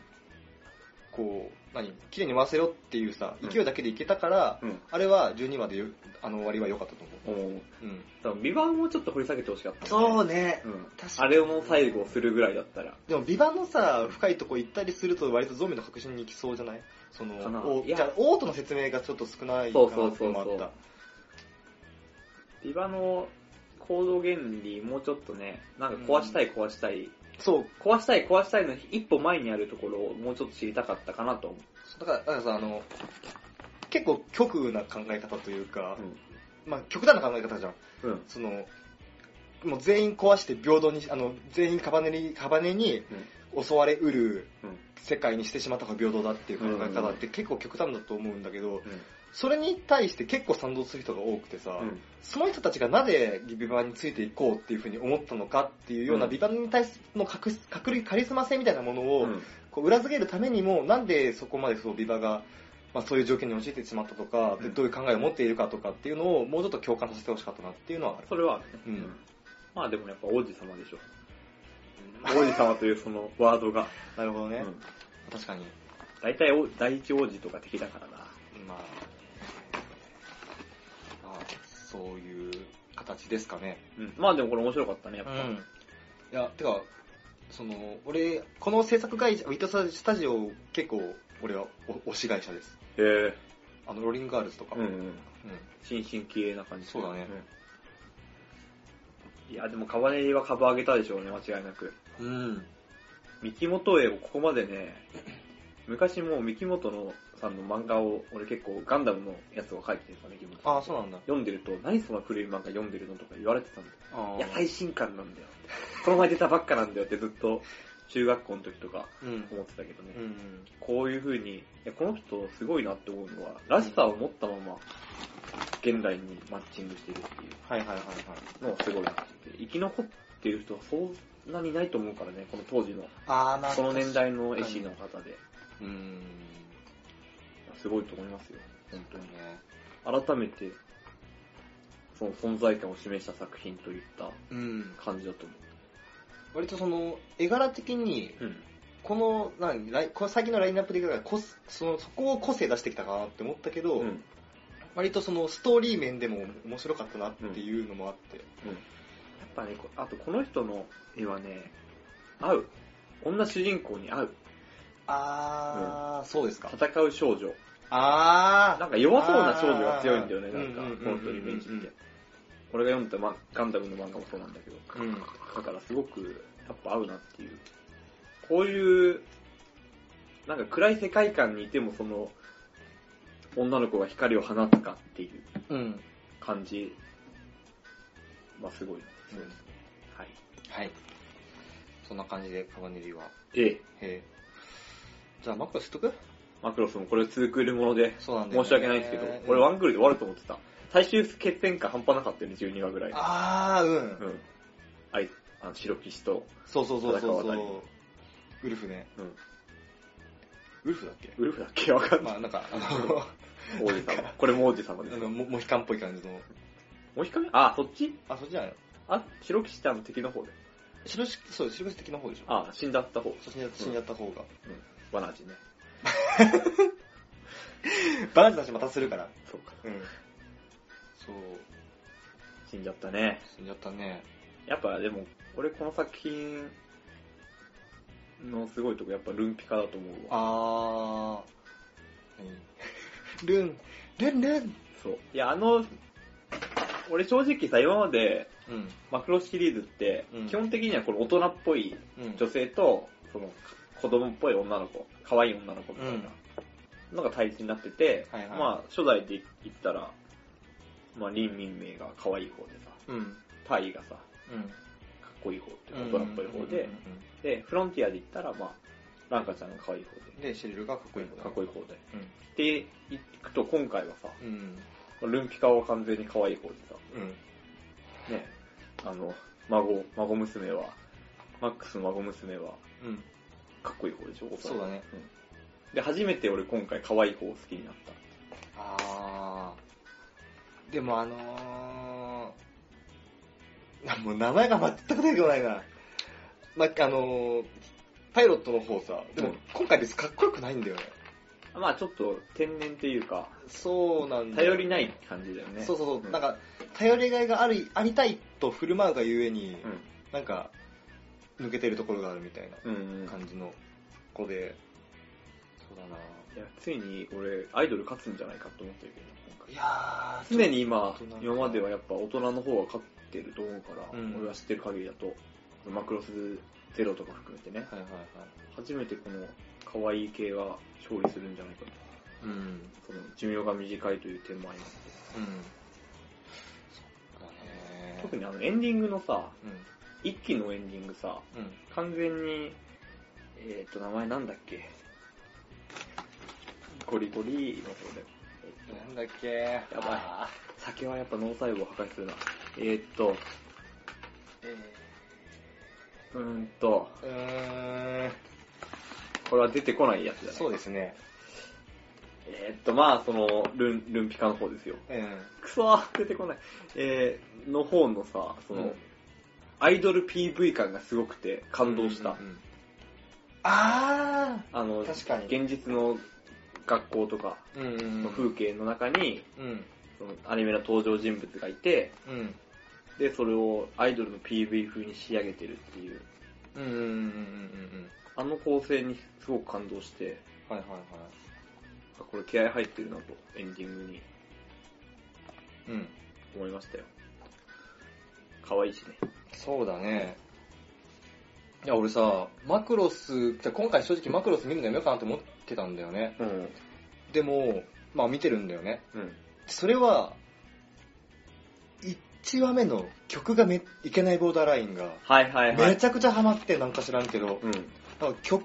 Speaker 3: こう何綺麗に回せろっていうさ
Speaker 2: うん
Speaker 3: 勢いだけでいけたから、
Speaker 2: うん。
Speaker 3: あれは12話でよあの終わりは良かったと思
Speaker 2: おー
Speaker 3: う、うん、
Speaker 2: 多分、ビバンもちょっと掘り下げてほしかった、
Speaker 3: そう
Speaker 2: ね。
Speaker 3: ね
Speaker 2: うん。
Speaker 3: 確
Speaker 2: あれをもう最後するぐらいだったら。
Speaker 3: でも美版のさ深いとこ行ったりすると割とゾンビの確信に行きそうじゃないその
Speaker 2: かな
Speaker 3: お
Speaker 2: いや
Speaker 3: じゃあオートの説明がちょっと少ないか
Speaker 2: そう
Speaker 3: な
Speaker 2: そうそうそう
Speaker 3: ってのもあっ
Speaker 2: ビバの行動原理、もうちょっとね、なんか壊したい壊したい、
Speaker 3: たそう
Speaker 2: 壊したい壊したいの一歩前にあるところをもうちょっと知りたかったかなと思う。
Speaker 3: だからだからさあの結構極右な考え方というか、
Speaker 2: うん
Speaker 3: まあ極端な考え方じゃん
Speaker 2: うん。
Speaker 3: そのもう全員壊して平等にあの全員カバネにカバネに襲われうる
Speaker 2: うん
Speaker 3: 世界にしてしまった方が平等だっていう考え方って結構極端だと思うんだけど、それに対して結構賛同する人が多くてさ、
Speaker 2: うん。
Speaker 3: その人たちがなぜビバンについていこうっていうふうに思ったのかっていうような、
Speaker 2: うん
Speaker 3: ビバンに対するの隠す隠れカリスマ性みたいなものを、
Speaker 2: うん。
Speaker 3: こう裏付けるためにも、なんでそこまでそうビバが、まあ、そういう条件に陥ってしまったとか、で
Speaker 2: うん
Speaker 3: どういう考えを持っているかとかっていうのをもうちょっと共感させてほしかったなっていうのはある。
Speaker 2: それはあるね。
Speaker 3: うん
Speaker 2: まあでもやっぱ王子様でしょ。王子様というそのワードが。
Speaker 3: なるほど
Speaker 2: う
Speaker 3: ね。
Speaker 2: ん
Speaker 3: 確かに。
Speaker 2: 大体王第一王子とか敵だからな。
Speaker 3: まあ、まあ、そういう形ですかね。
Speaker 2: うん。まあでもこれ面白かったね、やっぱ。
Speaker 3: いや、てか、その、俺、この制作会社、ウィットスタジオ、結構、俺はお推し会社です。
Speaker 2: へえ。
Speaker 3: あの、ローリングガールズとか。
Speaker 2: うんうん。
Speaker 3: う
Speaker 2: 新進気鋭な感じ。
Speaker 3: そうだね
Speaker 2: うん。いや、でもカバネリは株上げたでしょうね、間違いなく。
Speaker 3: ん。うん。
Speaker 2: 三木本絵をここまでね、昔もう三木本のさんの漫画を、俺結構ガンダムのやつを書いてるから、ね、
Speaker 3: ああ、そうなんだ。
Speaker 2: 読んでると、何その古い漫画読んでるのとか言われてたんだよ。
Speaker 3: あ
Speaker 2: いや、最新刊なんだよ。この前出たばっかなんだよってずっと、中学校の時とか
Speaker 3: うん。
Speaker 2: 思ってたけどね。
Speaker 3: うん。
Speaker 2: こういう風に、いや、この人すごいなって思うのは、らしさを持ったまま、現代にマッチングしてるっていう。
Speaker 3: はいはいはいはい。
Speaker 2: のがすごいなって生き残っている人はそんなにないと思うからね、この当時の、
Speaker 3: ああ、な
Speaker 2: その年。代の絵師の方で、
Speaker 3: うん。
Speaker 2: すごいと思いますよ、本
Speaker 3: 本
Speaker 2: 当に。改めて、その存在感を示した作品といった
Speaker 3: 当にね。うん。
Speaker 2: 感じだと思
Speaker 3: 割とその、絵柄的に、
Speaker 2: う。うん。
Speaker 3: この、何、ライこの先のラインナップでいくから、こすその、そこを個性出してきたかなって思ったけど、
Speaker 2: うん。
Speaker 3: 割とそのストーリー面でも面白かったなっていうのもあって、
Speaker 2: やっぱね、こあとこの人の絵はね、合う。女主人公に合う。
Speaker 3: あー、そうですか
Speaker 2: 戦う少女。
Speaker 3: あ
Speaker 2: なんか弱そうな少女が強いんだよね、な
Speaker 3: あー
Speaker 2: んか
Speaker 3: うんうん、
Speaker 2: この人のイメージ
Speaker 3: うん
Speaker 2: っ
Speaker 3: うんう
Speaker 2: て
Speaker 3: ん。
Speaker 2: 俺が読んだ、ま、ガンダムの漫画もそうなんだけど。
Speaker 3: ーうん
Speaker 2: だからすごく、やっぱ合うなっていう。こういう、なんか暗い世界観にいてもその、女の子が光を放つかっていう
Speaker 3: うん
Speaker 2: 感じはすごい。そうですね。はい。
Speaker 3: はいそんな感じでカバネリは
Speaker 2: で、
Speaker 3: へーじゃあマックしとく
Speaker 2: マクロスもこれ2クールもので、
Speaker 3: そうなんだよ
Speaker 2: 申
Speaker 3: ね
Speaker 2: し訳ないですけど、俺ワンクールで終わると思ってた。最終決戦感半端なかったよね、12話ぐらい。
Speaker 3: あーうん、
Speaker 2: うん。あい、あの、白騎士と、
Speaker 3: そうそうそうそう
Speaker 2: 戦うあ
Speaker 3: そ
Speaker 2: たり
Speaker 3: うウルフね
Speaker 2: うん。
Speaker 3: ウルフだっけ
Speaker 2: ウルフだっけわかんない。
Speaker 3: まあなんかあの
Speaker 2: 王子様。これも王子様で
Speaker 3: あ
Speaker 2: す。
Speaker 3: のモモヒカンっぽい感じの
Speaker 2: もう一回あ、そっち
Speaker 3: あそっちじゃないの
Speaker 2: あ、白騎士ってあの敵の方で。
Speaker 3: 白しそう白し的な方でしょ
Speaker 2: あ、死んだった方。
Speaker 3: そっちにや死んじゃった方が、
Speaker 2: わなじね。
Speaker 3: バランスだしまたするから
Speaker 2: そうか。
Speaker 3: うんそう
Speaker 2: 死んじゃったね。
Speaker 3: 死んじゃったね
Speaker 2: やっぱでも、俺この作品のすごいとこ、やっぱルンピカだと思うわ。
Speaker 3: あー。ルン、ルンルン。
Speaker 2: そう。いや、あの、俺正直さ、今まで
Speaker 3: うん。
Speaker 2: マクロシリーズって
Speaker 3: うん、
Speaker 2: 基本的にはこれ大人っぽい
Speaker 3: うん。
Speaker 2: 女性と、その、子供っぽい女の子、可愛い女の子みたいなのが対立になってて、
Speaker 3: はいはい
Speaker 2: まあ、初代で言ったら、まあ、リン・ミンメイが可愛い方でさ、
Speaker 3: うん。
Speaker 2: タイがさ、
Speaker 3: うん。
Speaker 2: かっこいい方っていうか、大人っぽい方で、
Speaker 3: う
Speaker 2: で、フロンティアで言ったら、まあ、ランカちゃんが可愛い方
Speaker 3: ん。で、シリルがかっこいい
Speaker 2: で、かっこいい方で。
Speaker 3: うん
Speaker 2: で、行くと今回はさ、
Speaker 3: うん。
Speaker 2: ルンピカは完全に可愛い方で
Speaker 3: うん。
Speaker 2: さ、ね、あの、孫、孫娘は、マックスの孫娘は、
Speaker 3: うん。
Speaker 2: かっこいい方でしょ、おそら
Speaker 3: そう
Speaker 2: く
Speaker 3: だね。
Speaker 2: うんで、初めて俺今回可愛い方を好きになった。
Speaker 3: あでもあのーな、もう名前が全く出てこないな。まあ、あのーパイロットの方さ、で
Speaker 2: う
Speaker 3: も
Speaker 2: ん
Speaker 3: 今回別にかっこよくないんだよね。
Speaker 2: まあちょっと天然っていうか、
Speaker 3: そうなんだよ
Speaker 2: 頼りない感じだよね。
Speaker 3: そうそうそう、
Speaker 2: うん
Speaker 3: なんか、頼りがいがある、ありたいと振る舞うがゆえに、
Speaker 2: う。
Speaker 3: なんか、抜けてるところがあるみたいなん
Speaker 2: うん、うん。
Speaker 3: 感じの子で、そうだない
Speaker 2: や、ついに俺、アイドル勝つんじゃないかと思ってるけど、今回
Speaker 3: いやー、
Speaker 2: 常に今
Speaker 3: ちょっとなん、
Speaker 2: 今
Speaker 3: か
Speaker 2: まではやっぱ大人の方が勝ってると思うから、
Speaker 3: うん
Speaker 2: 俺は知ってる限りだと、マクロスゼロとか含めてね、
Speaker 3: はいはいはい。
Speaker 2: 初めてこの可愛い系が勝利するんじゃないかと。
Speaker 3: うん。うん。
Speaker 2: その寿命が短いという点もありますけど。
Speaker 3: そっかね
Speaker 2: 特にあのエンディングのさ、
Speaker 3: うん。
Speaker 2: 一期のエンディングさ、
Speaker 3: うん。
Speaker 2: 完全に、えっ、と、名前なんだっけゴリゴリの方で。えっと
Speaker 3: なんだっけや
Speaker 2: ばい酒はやっぱ脳細胞を破壊するな。えっと、
Speaker 3: え
Speaker 2: うーんと、
Speaker 3: ー、うーん。
Speaker 2: これは出てこないやつだね。
Speaker 3: そうですね。
Speaker 2: えっと、まあ、その、ルン、ルンピカの方ですよ。
Speaker 3: うん。
Speaker 2: くそー、出てこない。えー、の方のさ、その、
Speaker 3: うん
Speaker 2: アイドル PV 感がすごくて感動した。
Speaker 3: うんうんうんあ
Speaker 2: あの、
Speaker 3: ー確かに。
Speaker 2: 現実の学校とか
Speaker 3: うんうん
Speaker 2: の風景の中に、
Speaker 3: うん。
Speaker 2: そのアニメの登場人物がいて、
Speaker 3: うん。
Speaker 2: で、それをアイドルの PV 風に仕上げてるっていう、
Speaker 3: うんうんうんうんうん
Speaker 2: あの構成にすごく感動して、
Speaker 3: うん。はいはいは
Speaker 2: あこれ気合入ってるなと、エンディングに
Speaker 3: い。うん。
Speaker 2: 思いましたよ。可愛いしね。
Speaker 3: そうだね。いや、俺さ、マクロス、じゃあ今回正直マクロス見るのやめようかなと思ってたんだよね。
Speaker 2: うん。
Speaker 3: でも、まあ見てるんだよね。
Speaker 2: うん。
Speaker 3: それは、1話目の曲がめ、いけないボーダーラインが、
Speaker 2: はいはいは
Speaker 3: め
Speaker 2: い。
Speaker 3: ちゃくちゃハマってなんか知らんけど、
Speaker 2: うん。
Speaker 3: なんか曲、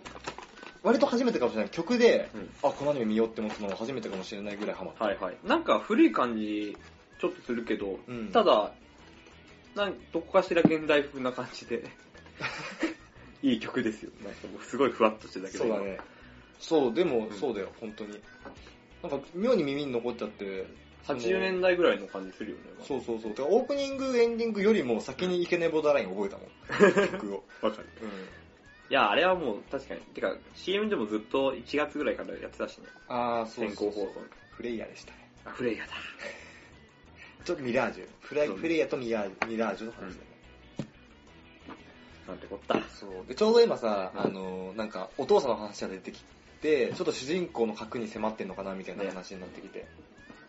Speaker 3: 割と初めてかもしれない。曲で、
Speaker 2: うん
Speaker 3: あ、このアニメ見ようって思ったのは初めてかもしれないぐらいハマった。
Speaker 2: はいはい。なんか古い感じ、ちょっとするけど、
Speaker 3: うん
Speaker 2: ただ、なんどこかしら現代風な感じ
Speaker 3: [laughs]
Speaker 2: で、いい曲ですよ。なんかもうすごいふわっとしてたけど。
Speaker 3: そうだね。そう、でも、
Speaker 2: うん
Speaker 3: そうだよ、本当に。なんか、妙に耳に残っちゃって。
Speaker 2: 今。80年代ぐらいの感じするよね。
Speaker 3: そのそうそうそう。てかオープニング、エンディングよりも先にイケネボーダーライン覚えたもん。
Speaker 2: [laughs]
Speaker 3: 曲を。
Speaker 2: わかる。
Speaker 3: うん。
Speaker 2: いや、あれはもう確かに。てか、CM でもずっと1月ぐらいからやってたしね。
Speaker 3: あー、そう
Speaker 2: 先行放送。
Speaker 3: フレイヤーでしたね。
Speaker 2: あ、フレイヤーだ。
Speaker 3: ちょっとミラージュ。フレイ
Speaker 2: そう
Speaker 3: フレイヤーとミラージュミラージュの話だね。
Speaker 2: なんてこった。
Speaker 3: そう。で、ちょうど今さ、
Speaker 2: うん
Speaker 3: あのー、なんか、お父さんの話が出てきて、ちょっと主人公の核に迫ってんのかなみたいな話になってきて。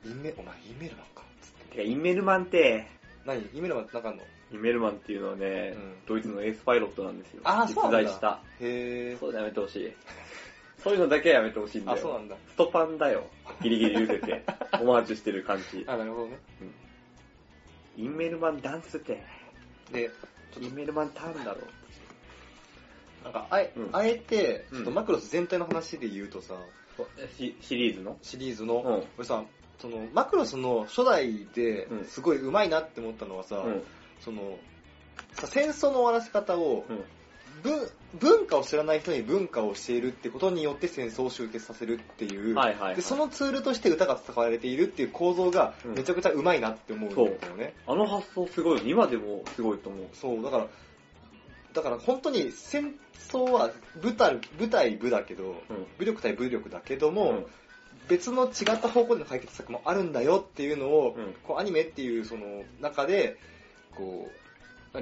Speaker 3: インメ、お前インメルマンか。つって。
Speaker 2: てか、インメルマンって、
Speaker 3: 何インメルマンってなんかあんの
Speaker 2: インメルマンっていうのはね、
Speaker 3: うん
Speaker 2: ドイツのエースパイロットなんですよ。
Speaker 3: あーそうなんだ
Speaker 2: 実在した。
Speaker 3: へー。
Speaker 2: そういうのやめてほしい。そういうのだけはやめてほしいんだ
Speaker 3: あ、
Speaker 2: よ。
Speaker 3: そうなんだ。
Speaker 2: ストパンだよ。ギリギリ言うてて。オマージュしてる感じ。
Speaker 3: あ、なるほどね。
Speaker 2: インメルマンダンスって。
Speaker 3: で、
Speaker 2: インメルマンターンだろ。
Speaker 3: なんかあえ、
Speaker 2: うん
Speaker 3: あえて、
Speaker 2: うん
Speaker 3: ちょっとマクロス全体の話で言うとさ、
Speaker 2: シシリーズの
Speaker 3: シリーズ
Speaker 2: う
Speaker 3: の、
Speaker 2: ん。
Speaker 3: 俺さ、その、マクロスの初代で
Speaker 2: う、ん
Speaker 3: すごい上手いなって思ったのはさ、
Speaker 2: うん。
Speaker 3: その、さ戦争の終わらせ方を、
Speaker 2: うん
Speaker 3: 文文化を知らない人に文化を教えるってことによって戦争を終結させるっていう、
Speaker 2: はいはいはい、
Speaker 3: でそのツールとして歌が使われているっていう構造が
Speaker 2: うん
Speaker 3: めちゃくちゃ上手いなって思うんだよね。
Speaker 2: あの発想すごい。今でもすごいと思う。
Speaker 3: そう、だから、だから本当に戦争は舞台、舞台部だけ
Speaker 2: う
Speaker 3: ど、
Speaker 2: ん。
Speaker 3: 武力対武力だけども、
Speaker 2: うん
Speaker 3: 別の違った方向での解決策もあるんだよっていうのを、
Speaker 2: うん
Speaker 3: こうアニメっていうその中でこう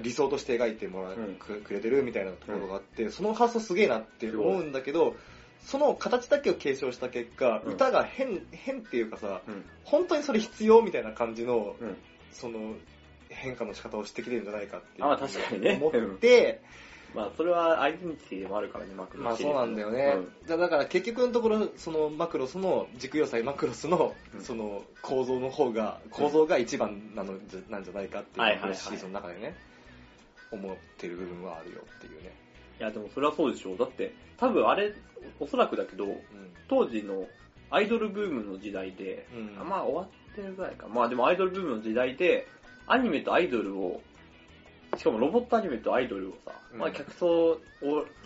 Speaker 3: 理想として描いてもらう、
Speaker 2: うん
Speaker 3: くくれてるみたいなところがあって、その発想すげえなって思うんだけどその形だけを継承した結果、
Speaker 2: うん
Speaker 3: 歌が変変っていうかさ
Speaker 2: うん。
Speaker 3: 本当にそれ必要みたいな感じの
Speaker 2: うん。
Speaker 3: その変化の仕方をしてきてるんじゃないかっていう
Speaker 2: あ確かにね
Speaker 3: 思って、
Speaker 2: まあ、それはアイデンティティでもあるからね、マクロ
Speaker 3: まあ
Speaker 2: シ
Speaker 3: そ
Speaker 2: リーズ
Speaker 3: う
Speaker 2: の
Speaker 3: なんだよね。だだから結局のところ、そのマクロスの、軸要塞マクロスの
Speaker 2: う、ん
Speaker 3: その構造の方が、構造が一番なのじゃなんじゃないかって
Speaker 2: はいいうは
Speaker 3: の
Speaker 2: いは
Speaker 3: が
Speaker 2: い
Speaker 3: シリーズの中でね、思ってる部分はあるよっていうね。
Speaker 2: いや、でもそれはそうでしょう。だって、多分あれ、おそらくだけど、当時のアイドルブームの時代で、
Speaker 3: うん。うん。
Speaker 2: まあ終わってるぐらいか。まあでもアイドルブームの時代で、アニメとアイドルを、しかもロボットアニメとアイドルをさ、
Speaker 3: うん
Speaker 2: まあ客層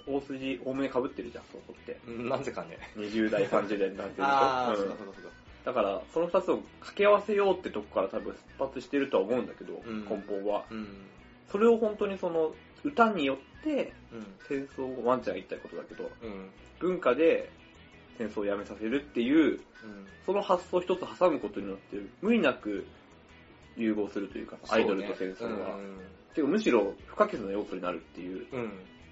Speaker 2: 大大筋、おおむね被ってるじゃん、そこって。
Speaker 3: うんなぜかね。
Speaker 2: 20代、30代なんていうのと
Speaker 3: ああ、
Speaker 2: うん
Speaker 3: そうだそうだそうだ。
Speaker 2: だから、その二つを掛け合わせようってとこから多分出発してるとは思うんだけど、
Speaker 3: うん
Speaker 2: 根本は。
Speaker 3: うん。
Speaker 2: それを本当にその、歌によって
Speaker 3: うん。
Speaker 2: 戦争をワンちゃんが言ったいことだけど、
Speaker 3: うん。
Speaker 2: 文化で戦争をやめさせるっていう、
Speaker 3: うん。
Speaker 2: その発想一つ挟むことによって、無理なく融合するというか、アイドルと戦争は。てかむしろ不可欠な要素になるっていう、
Speaker 3: うん。うん。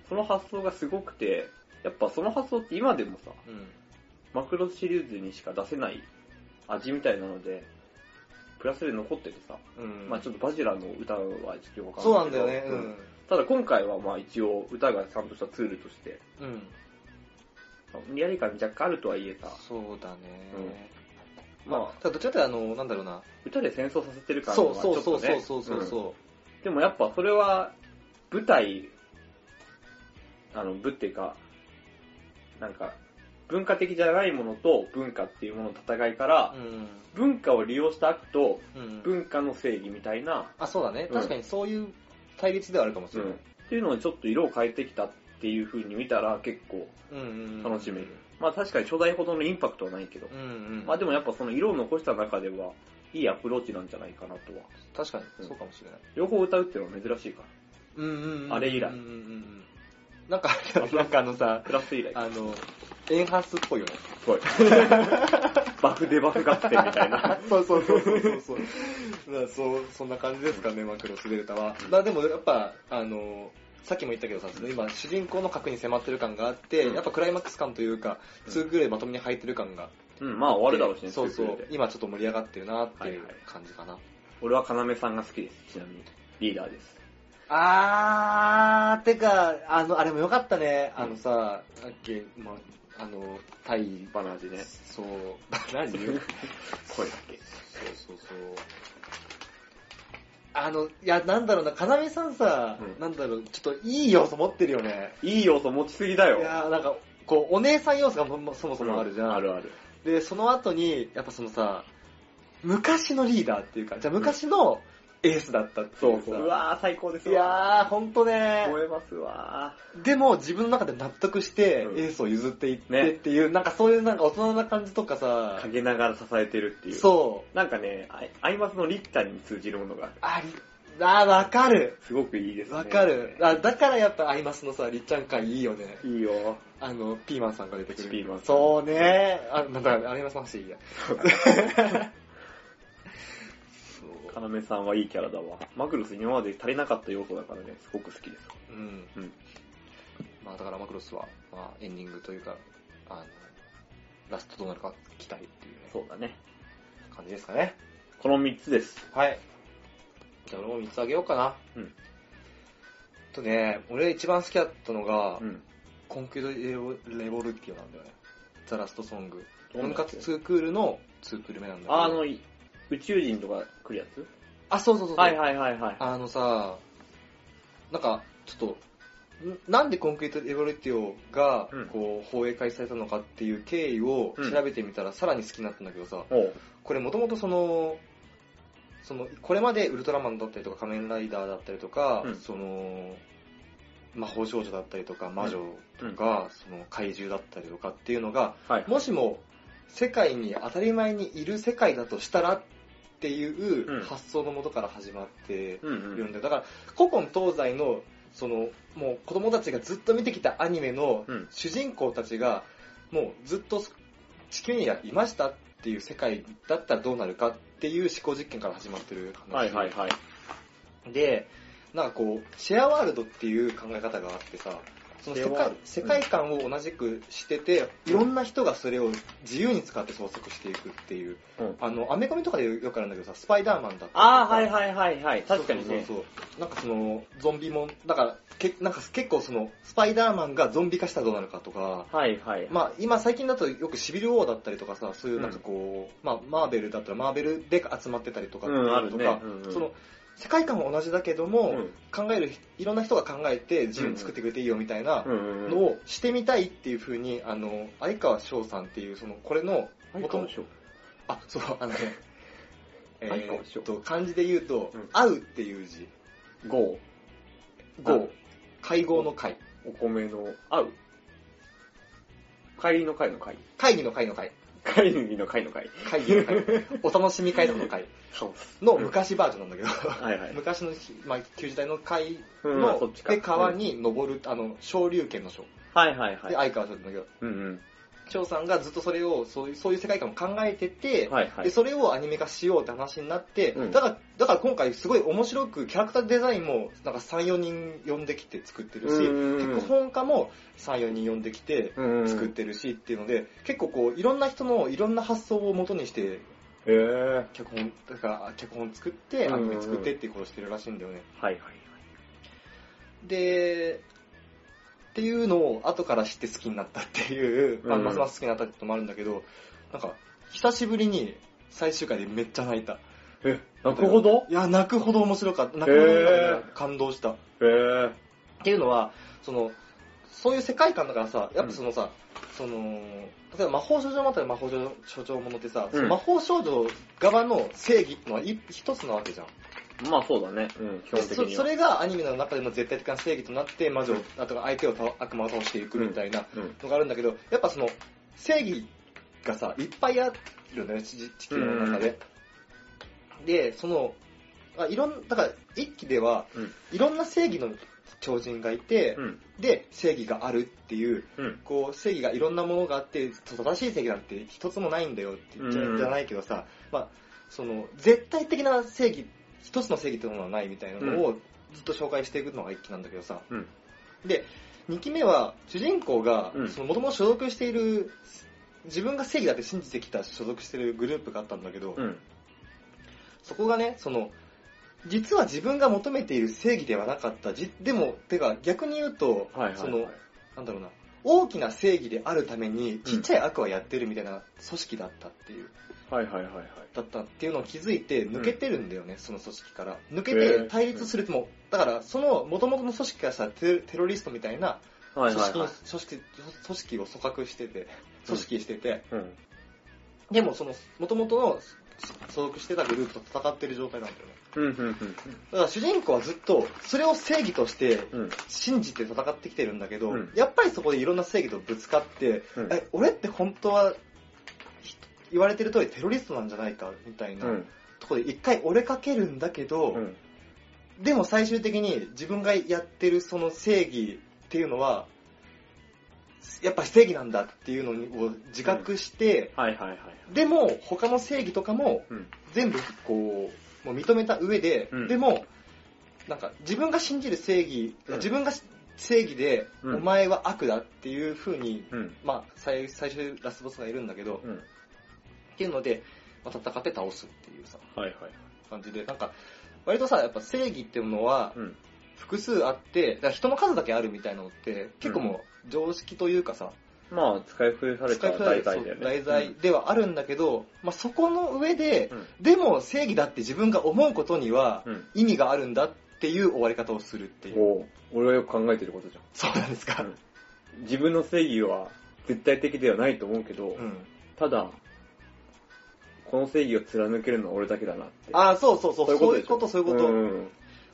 Speaker 2: その発想がすごくて、やっぱその発想って今でもさ、
Speaker 3: うん。
Speaker 2: マクロシリーズにしか出せない味みたいなので、プラスで残っててさ、
Speaker 3: うん。
Speaker 2: まあちょっとバジラの歌は一応わかんないけど
Speaker 3: そうなんだよね。う
Speaker 2: うん
Speaker 3: ん。
Speaker 2: ただ今回はまあ一応歌がちゃんとしたツールとして、
Speaker 3: うん。
Speaker 2: 無理やり感若干あるとは言えた。
Speaker 3: そうだね。
Speaker 2: ま
Speaker 3: ま
Speaker 2: あ
Speaker 3: あ、ただどっちかというと、あの、なんだろうな。
Speaker 2: 歌で戦争させてる感
Speaker 3: そう
Speaker 2: はち
Speaker 3: そ
Speaker 2: ょ
Speaker 3: う
Speaker 2: っ
Speaker 3: そ
Speaker 2: と
Speaker 3: うそ
Speaker 2: ね
Speaker 3: う。そうそう
Speaker 2: うん
Speaker 3: そ
Speaker 2: でもやっぱそれは、舞台、あの、舞っていうか、なんか、文化的じゃないものと文化っていうものの戦いから
Speaker 3: う。、うん。
Speaker 2: 文化を利用した悪と
Speaker 3: うん。
Speaker 2: 文化の正義みたいな、
Speaker 3: あ、そうだね
Speaker 2: う。ん
Speaker 3: 確かにそういう対立ではあるかもし
Speaker 2: う
Speaker 3: れ
Speaker 2: ん
Speaker 3: ない。
Speaker 2: っていうのにちょっと色を変えてきたっていう風に見たら結構
Speaker 3: うんうん
Speaker 2: 楽しめる。まあ確かに初代ほどのインパクトはないけど
Speaker 3: う、んうん。
Speaker 2: まあでもやっぱその色を残した中では、いいアプローチなんじゃないかなとは。
Speaker 3: 確かに
Speaker 2: うん
Speaker 3: そうかもしれない。
Speaker 2: 両方歌うっていうのは珍しいか
Speaker 3: うんうんうん
Speaker 2: あれ以来
Speaker 3: うんうんうんなんか、 [laughs] なんかあのさ
Speaker 2: ら。、プラス以来。
Speaker 3: あの、エンハンスっぽいよね。
Speaker 2: すごい。バフデバフ合戦みたい
Speaker 3: [laughs]
Speaker 2: な。
Speaker 3: [laughs] そうそうそうそうそうそう。まあ、そう、そんな感じですかね、マクロスデルタは。まあでもやっぱ、あの、さっきも言ったけどさ、その今、主人公の核に迫ってる感があって、
Speaker 2: うん
Speaker 3: やっぱクライマックス感というか、
Speaker 2: うん
Speaker 3: 2ぐらいまとめに入ってる感が。
Speaker 2: うん、まあ終わるだろうしね、
Speaker 3: そうそ
Speaker 2: ツーク
Speaker 3: う
Speaker 2: ール。で
Speaker 3: 今ちょっと盛り上がってるなっていう
Speaker 2: はいはい
Speaker 3: 感じかな。
Speaker 2: 俺は要さんが好きです、ちなみに。リーダーです。
Speaker 3: あー、てか、あの、あれもよかったね。あのさ、さっき、ま、あの、タイ、
Speaker 2: バナージね。
Speaker 3: そう、何 [laughs] そ
Speaker 2: [laughs]
Speaker 3: う
Speaker 2: 声だけ。
Speaker 3: そうそう。あの、いや、なんだろうな、かなめさんさ、
Speaker 2: うん
Speaker 3: なんだろう、ちょっといい要素持ってるよね。
Speaker 2: いい要素持ちすぎだ
Speaker 3: い
Speaker 2: よ。
Speaker 3: やー、なんか、こう、お姉さん要素がももそもそもあるじゃん。
Speaker 2: あるある。
Speaker 3: で、その後に、やっぱそのさ、昔のリーダーっていうか、じゃあ昔のエースだったってい
Speaker 2: そうう
Speaker 3: さ。
Speaker 2: そう。うわー、最高です
Speaker 3: いやー、ほんとね
Speaker 2: ー。燃えますわ
Speaker 3: でも自分の中で納得してエ
Speaker 2: うん
Speaker 3: ースを譲っていっ
Speaker 2: ね
Speaker 3: てっていう、なんかそういうなんか大人な感じとか
Speaker 2: ー。
Speaker 3: さ、
Speaker 2: 陰ながら支えてるっていう。う。
Speaker 3: そう。
Speaker 2: なんかね、アイアイマスのリッタに通じるものがある。
Speaker 3: あり、あー、わかる。
Speaker 2: すごくいいですね。
Speaker 3: わかる。あだからやっぱアイマスのさ、りっちゃん会いいよね。
Speaker 2: いいよ。
Speaker 3: あの、ピーマンさんが出てくる。
Speaker 2: ピーマンさん
Speaker 3: そうね。あ、なんだ、アイマスの話いいや。 [laughs] そう。
Speaker 2: 要さんはいいキャラだわ。マクロス今まで足りなかった要素だからね、すごく好きです。
Speaker 3: うん。
Speaker 2: うん
Speaker 3: まあだからマクロスは、まあエンディングというか、あの、ラストどうなるか期待っていうね、
Speaker 2: そうだね。
Speaker 3: 感じですかね。
Speaker 2: この3つです。
Speaker 3: はい。じゃあ俺も3つあげようかな。
Speaker 2: うん。
Speaker 3: とね、俺が一番好きだったのが、
Speaker 2: うん。
Speaker 3: コンクールレボレボルティオなんだよね。ザラストソング。
Speaker 2: どんな
Speaker 3: 婚
Speaker 2: やつ
Speaker 3: 活ツークールのツークール目なんだけど。
Speaker 2: あの、い宇宙人とか来るやつ
Speaker 3: あ、そうそうそうそう。
Speaker 2: はいはいはいはい。
Speaker 3: あのさ、なんか、ちょっと、んなんでコンクリート・エボルティオが
Speaker 2: うん、
Speaker 3: こう、放映会されたのかっていう経緯を
Speaker 2: うん
Speaker 3: 調べてみたら、さらに好きになったんだけどさ、
Speaker 2: おう
Speaker 3: これもともとその、その、これまでウルトラマンだったりとか仮面ライダーだったりとか、
Speaker 2: うん
Speaker 3: その、魔法少女だったりとか魔女とか、その怪獣だったりとかっていうのが、
Speaker 2: はい。
Speaker 3: もしも世界に当たり前にいる世界だとしたらっていう
Speaker 2: うん
Speaker 3: 発想のもとから始まって
Speaker 2: うんう
Speaker 3: るん
Speaker 2: ん。
Speaker 3: だよ。だから古今東西のそのもう子供たちがずっと見てきたアニメの
Speaker 2: うん
Speaker 3: 主人公たちがもうずっと地球にはいましたっていう世界だったらどうなるかっていう思考実験から始まってる話。
Speaker 2: はいはいはい。
Speaker 3: で、なんかこう、シェアワールドっていう考え方があってさ、その世
Speaker 2: シェアワー
Speaker 3: 界
Speaker 2: ルド
Speaker 3: 世界観を同じくしてて、いろんな人がそれを自由に使って創作していくっていう、
Speaker 2: うん
Speaker 3: あの、アメコミとかでよくあるんだけどさ、スパイダーマンだったりとか
Speaker 2: ああ、はいはいはいはい。確かにね。
Speaker 3: そうそうそう。なんかその、ゾンビもん、だから、けなんか結構その、スパイダーマンがゾンビ化したらどうなるかとか、
Speaker 2: はいはい。
Speaker 3: まあ今最近だとよくシビル王だったりとかさ、そういうなんかこう、まあマーベルだったらマーベルで集まってたりとかっていう
Speaker 2: うん、あ
Speaker 3: の
Speaker 2: る
Speaker 3: と
Speaker 2: ね
Speaker 3: か。、
Speaker 2: うんうん
Speaker 3: その、世界観は同じだけども、
Speaker 2: うん
Speaker 3: 考える、いろんな人が考えて自由に作ってくれていいよみたいな
Speaker 2: うんうんうん
Speaker 3: のをしてみたいっていう風に、あの、相川翔さんっていう、その、これの、
Speaker 2: 相川翔
Speaker 3: あ、そう、あのね、え
Speaker 2: 相川翔
Speaker 3: ーっと、漢字で言うと
Speaker 2: うん、
Speaker 3: 合うっていう字、
Speaker 2: ゴ
Speaker 3: 合
Speaker 2: うん
Speaker 3: う、会合の会、
Speaker 2: ー、お米の、合う。帰りの会の会。
Speaker 3: 会議の会の会、
Speaker 2: 貝類の貝の貝。
Speaker 3: 会議の会、お楽しみ会とかの会の昔バージョンなんだけど、
Speaker 2: はいはい。
Speaker 3: 昔の、まあ、旧時代の会
Speaker 2: うん
Speaker 3: の、
Speaker 2: そっちか
Speaker 3: で、川に登る、あの、昇竜拳の章
Speaker 2: はいはいは
Speaker 3: で、
Speaker 2: い。
Speaker 3: 相川翔なんだけど、
Speaker 2: うんうん。
Speaker 3: 翔さんがずっとそれを、そういう、そういう世界観を考えてて、
Speaker 2: はいは
Speaker 3: で、
Speaker 2: い。
Speaker 3: それをアニメ化しようって話になって、
Speaker 2: うん
Speaker 3: だから、だから今回すごい面白く、キャラクターデザインも、なんか3、4人呼んできて作ってるし、
Speaker 2: うんうんうん
Speaker 3: 脚本家も3、4人呼んできて、
Speaker 2: うんうん
Speaker 3: 作ってるしっていうので、結構こう、いろんな人のいろんな発想を元にして、
Speaker 2: へー。
Speaker 3: 脚本、だから脚本作って、
Speaker 2: うん
Speaker 3: ア
Speaker 2: うん
Speaker 3: ニ
Speaker 2: うん
Speaker 3: メ作ってっていうことをしてるらしいんだよね。
Speaker 2: はいはい。
Speaker 3: で、っていうのを後から知って好きになったっていう、まあ
Speaker 2: うん
Speaker 3: ますます好きになったってこともあるんだけど、なんか、久しぶりに最終回でめっちゃ泣いた。
Speaker 2: え、なるほど
Speaker 3: いや、泣くほど面白かった。泣くほど面白かった感動した。っ
Speaker 2: へー。
Speaker 3: ていうのは、その、そういう世界観だからさ、やっぱそのさ、その、例えば魔法少女ものだったら魔法少女少女ものってさ、
Speaker 2: うん
Speaker 3: 魔法少女側の正義ってのは一一つなわけじゃん。
Speaker 2: まあそうだね。うん、基本的
Speaker 3: そ
Speaker 2: に
Speaker 3: そ
Speaker 2: は。
Speaker 3: れがアニメの中での絶対的な正義となって魔女をあとか相手を倒悪魔を倒していくみたいな
Speaker 2: うん。
Speaker 3: のがあるんだけどやっぱその正義がさいっぱいあるよね地地球の中で、でそのあいろんだから一期では、
Speaker 2: うん
Speaker 3: いろんな正義の超人がいて、
Speaker 2: うん。
Speaker 3: で正義があるっていう
Speaker 2: うん。
Speaker 3: こう正義がいろんなものがあって正しい正義なんて一つもないんだよって言っちゃ
Speaker 2: うん
Speaker 3: じゃないけどさ、まあ、その絶対的な正義一つの正義というものはないみたいなのをずっと紹介していくのが一期なんだけどさ
Speaker 2: うん。
Speaker 3: で2期目は主人公が
Speaker 2: うん
Speaker 3: もともと所属している自分が正義だって信じてきた所属しているグループがあったんだけど、
Speaker 2: うん。
Speaker 3: そこがねその実は自分が求めている正義ではなかったじでもてか逆に言うと、
Speaker 2: はいはいはい。
Speaker 3: そのなんだろうな、大きな正義であるために、ちっちゃい悪はやってるみたいな組織だったっていう、
Speaker 2: はいはいはいはい。
Speaker 3: だったっていうのを気づいて、抜けてるんだよね、その組織から。抜け
Speaker 2: へ
Speaker 3: て
Speaker 2: ー
Speaker 3: 対立するとも、だから、その元々の組織からしたらテロテロリストみたいな
Speaker 2: はい
Speaker 3: 組
Speaker 2: はい
Speaker 3: 織に、
Speaker 2: はい。
Speaker 3: 組織、組織を組閣してて、組織してて、
Speaker 2: うん。
Speaker 3: でもその元々の所属してたグループと戦ってる状態なんだよね。
Speaker 2: うん、うん、
Speaker 3: だから主人公はずっと、それを正義として
Speaker 2: うん。うん。
Speaker 3: 信じて戦ってきてるんだけど、
Speaker 2: うん
Speaker 3: やっぱりそこでいろんな正義とぶつかって、
Speaker 2: うん
Speaker 3: え、俺って本当は、ひ言われてる通りテロリストなんじゃないか、みたいな、
Speaker 2: うん。
Speaker 3: とこで一回折れかけるんだけど、
Speaker 2: うん。
Speaker 3: でも最終的に自分がやってるその正義っていうのは、やっぱ正義なんだっていうのを自覚して、
Speaker 2: はいはいはい。
Speaker 3: でも他の正義とかも
Speaker 2: うん。
Speaker 3: 全部こう、もう認めた上で、
Speaker 2: うん
Speaker 3: でも、なんか自分が信じる正義、
Speaker 2: うん
Speaker 3: 自分が正義で、
Speaker 2: うん
Speaker 3: お前は悪だっていう風に、
Speaker 2: うん。
Speaker 3: まあ最、最終ラスボスがいるんだけど、っ
Speaker 2: うん。
Speaker 3: ていうので、まあ、戦って倒すっていうさ、
Speaker 2: はいはい。
Speaker 3: 感じで、なんか、割とさ、やっぱ正義っていうのは
Speaker 2: うん。
Speaker 3: 複数あって、だから人の数だけあるみたいなのって、結構もう常識というかさ、
Speaker 2: まあ、使い古された題材だよ
Speaker 3: そう
Speaker 2: ね。
Speaker 3: 題材ではあるんだけど、まあそこの上で
Speaker 2: う、ん。
Speaker 3: でも正義だって自分が思うことには、
Speaker 2: うん。
Speaker 3: 意味があるんだっていう終わり方をするっていう。
Speaker 2: おう俺はよく考えてることじゃ
Speaker 3: そうなんですか。
Speaker 2: ん。自分の正義は絶対的ではないと思うけど、
Speaker 3: うん。
Speaker 2: ただ、この正義を貫けるのは俺だけだなって。
Speaker 3: ああ、そうそうそう、そういう
Speaker 2: でしょ
Speaker 3: こと、そういうこと。っ
Speaker 2: ん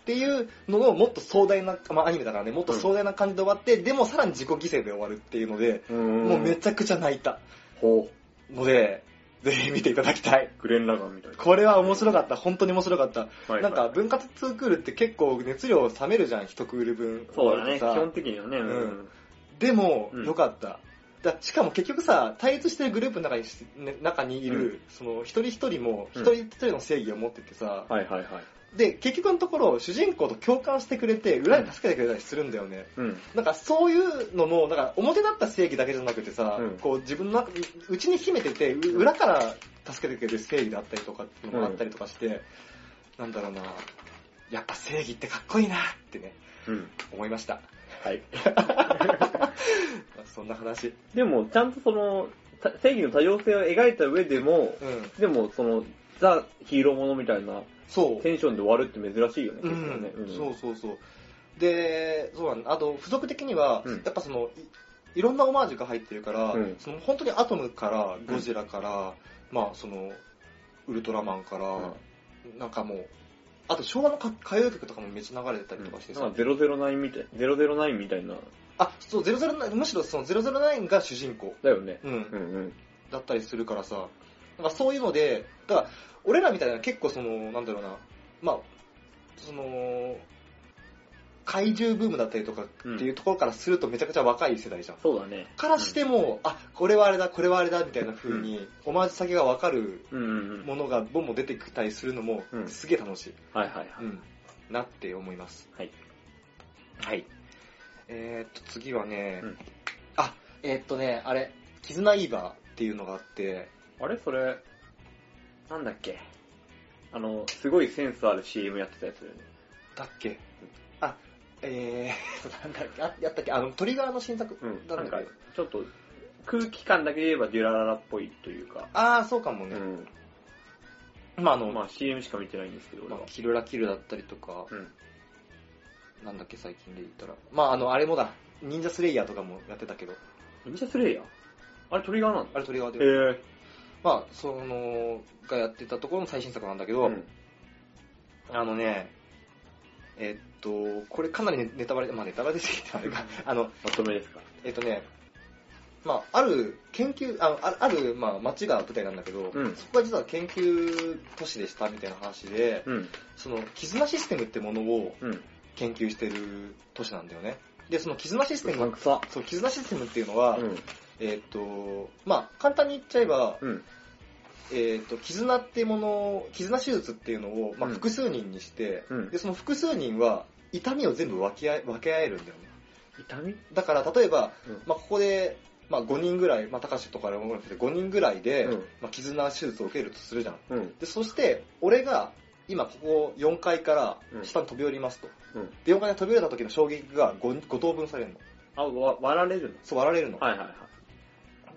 Speaker 3: ていうのをもっと壮大な、まあアニメだからね、もっと壮大な感じで終わって、でもさらに自己犠牲で終わるっていうので、
Speaker 2: うん。
Speaker 3: もうめ
Speaker 2: ち
Speaker 3: ちゃくちゃ泣いた
Speaker 2: ほ
Speaker 3: ので、ぜひ見ていただきたい。
Speaker 2: う、グレン・ラガンみたいな。
Speaker 3: これは面白かった、本当に面白かった。
Speaker 2: はい
Speaker 3: なんか、分割2クールって結構熱量冷めるじゃん、一クール分。
Speaker 2: そうだね、基
Speaker 3: さ
Speaker 2: 本的にはね。うん
Speaker 3: うんでも
Speaker 2: う、ん
Speaker 3: 良かった。だしかも結局さ、対立してるグループの中にし、ね中にいる、その、一人一人も、
Speaker 2: うん
Speaker 3: 一人一人の正義を持っててさ、
Speaker 2: はいはいはい。
Speaker 3: で、結局のところ、主人公と共感してくれて、裏で助けてくれたりするんだよね。
Speaker 2: うん。
Speaker 3: なんかそういうのも、なんか表だった正義だけじゃなくてさ、
Speaker 2: うん
Speaker 3: こう自分の中、うちに秘めてて、う裏から助けてくれる正義だったりとかっていうのがあったりとかして、なんだろうな、やっぱ正義ってかっこいいなってね、
Speaker 2: うん。
Speaker 3: 思いました。
Speaker 2: はい。
Speaker 3: まあそんな話。
Speaker 2: でも、ちゃんとその、た正義の多様性を描いた上でも、
Speaker 3: うん。
Speaker 2: でも、その、ザ・ヒーローものみたいな
Speaker 3: そう。
Speaker 2: テンションで終わるって珍しいよね、
Speaker 3: う
Speaker 2: 結構ね
Speaker 3: ん。そうそうそう。で、そうなんあと、付属的には、
Speaker 2: うん
Speaker 3: やっぱそのい、いろんなオマージュが入ってるから、
Speaker 2: うん
Speaker 3: その本当にアトムから、ゴジラから、まあその、ウルトラマンから、なんかもう、あと昭和のか歌謡曲とかもめっちゃ流れてたりとかしてさ、
Speaker 2: なんか009みたい、009みたいな、
Speaker 3: あ、そう、009、むしろその009が主人公。
Speaker 2: だよね。
Speaker 3: うん。
Speaker 2: うんうん。
Speaker 3: だったりするからさ、なんかそういうので、だから、俺らみたいな結構その、なんだろうな、まあ、その、怪獣ブームだったりとかっていうところからするとめちゃくちゃ若い世代じゃん。
Speaker 2: そうだね。
Speaker 3: からしても、あ、これはあれだ、これはあれだ、みたいな風に、オマージュ先がわかる
Speaker 2: うんうんうん。
Speaker 3: ものがボンボン出てきたりするのも
Speaker 2: う、ん
Speaker 3: すげえ楽しい、
Speaker 2: はいはいはい。
Speaker 3: うんなって思います。
Speaker 2: はい。
Speaker 3: はい。えー、っと、次はね、
Speaker 2: うん
Speaker 3: あ、えー、っとね、あれ、絆イーバーっていうのがあって、
Speaker 2: あれそれ、なんだっけあの、すごいセンスある CM やってたやつだよね。
Speaker 3: だっけあ、えー、 [laughs] なんだっけあ、やったっけあの、トリガーの新作、
Speaker 2: うん。
Speaker 3: な
Speaker 2: なんん
Speaker 3: だ
Speaker 2: か
Speaker 3: っけ、
Speaker 2: ちょっと、空気感だけで言えばデュラララっぽいというか、
Speaker 3: あー、そうかもね。
Speaker 2: ん。
Speaker 3: まあ、あの、
Speaker 2: まあ CM しか見てないんですけど、俺
Speaker 3: まあ
Speaker 2: は。
Speaker 3: キルラキルだったりとか、
Speaker 2: うん。
Speaker 3: なんだっけ、最近で言ったら。まあ、あの、あれもだ、忍者スレイヤーとかもやってたけど、
Speaker 2: 忍者スレイヤーあれトリガーなん
Speaker 3: あ
Speaker 2: だ
Speaker 3: れトリガー
Speaker 2: へ
Speaker 3: で、
Speaker 2: ぇ
Speaker 3: まあ、その、がやってたところの最新作なんだけど、
Speaker 2: うん。
Speaker 3: あのね、えっと、これかなりねネタバレ、まあネタバレですけど、あれかあの、
Speaker 2: まとめですか。
Speaker 3: えっとね、まあ、ある研究、あのあある、まあ、町が舞台なんだけど、
Speaker 2: うん
Speaker 3: そこが実は研究都市でしたみたいな話で、
Speaker 2: うん。
Speaker 3: その、絆システムってものを
Speaker 2: うん。
Speaker 3: 研究してる都市なんだよね。で、その絆システム、
Speaker 2: くさ。
Speaker 3: そう、絆システムっていうのは、
Speaker 2: うん。
Speaker 3: えっと、まあ、簡単に言っちゃえば、
Speaker 2: うん。
Speaker 3: えっと、絆ってものを、絆手術っていうのを、まあ、
Speaker 2: うん
Speaker 3: 複数人にして、
Speaker 2: うん
Speaker 3: で、その複数人は、痛みを全部分け合え分け合えるんだよね。
Speaker 2: 痛み
Speaker 3: だから、例えば、
Speaker 2: うん
Speaker 3: まあ、ここで、まあ、5人ぐらい、まあ、高橋とかでも5人ぐらいで、
Speaker 2: うん
Speaker 3: まあ、絆手術を受けるとするじゃん。
Speaker 2: うん。
Speaker 3: で、そして、俺が、今、ここ4階から
Speaker 2: うん
Speaker 3: 下に飛び降りますと。
Speaker 2: うん。
Speaker 3: で、4階に飛び降りた時の衝撃が 5, 5等分されるの。
Speaker 2: あ、わ割られる
Speaker 3: そう、割られるの。
Speaker 2: のはいはいはい。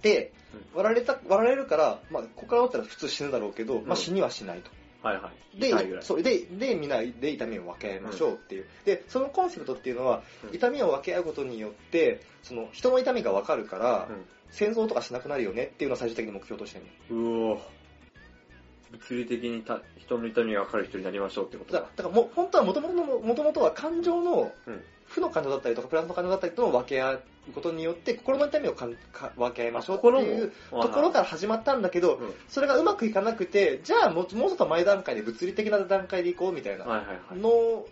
Speaker 3: で
Speaker 2: う、
Speaker 3: 割られた、割られるから、まあ、ここから割ったら普通死ぬだろうけど、ま
Speaker 2: う
Speaker 3: あ、
Speaker 2: ん
Speaker 3: 死にはしないと。
Speaker 2: はいはい。
Speaker 3: で
Speaker 2: 痛いぐらい。
Speaker 3: そうででみんなで痛みを分け合いましょうっていう、でそのコンセプトっていうのは、
Speaker 2: うん
Speaker 3: 痛みを分け合うことによってその人の痛みが分かるから、
Speaker 2: うん
Speaker 3: 戦争とかしなくなるよねっていうのを最終的に目標としてるの
Speaker 2: うおー物理的にた人の痛みが分かる人になりましょうってこと
Speaker 3: だ
Speaker 2: だ。
Speaker 3: だからもう本当はもともとの元々は感情の
Speaker 2: うん
Speaker 3: 負の感情だったりとかプラスの感情だったりとのを分け合うことによって心の痛みをかんか分け合いましょうっていう
Speaker 2: も
Speaker 3: ところから始まったんだけど、
Speaker 2: うん
Speaker 3: それがうまくいかなくてじゃあもうもうちょっと前段階で物理的な段階でいこうみたいな、
Speaker 2: はいはいはい。
Speaker 3: の、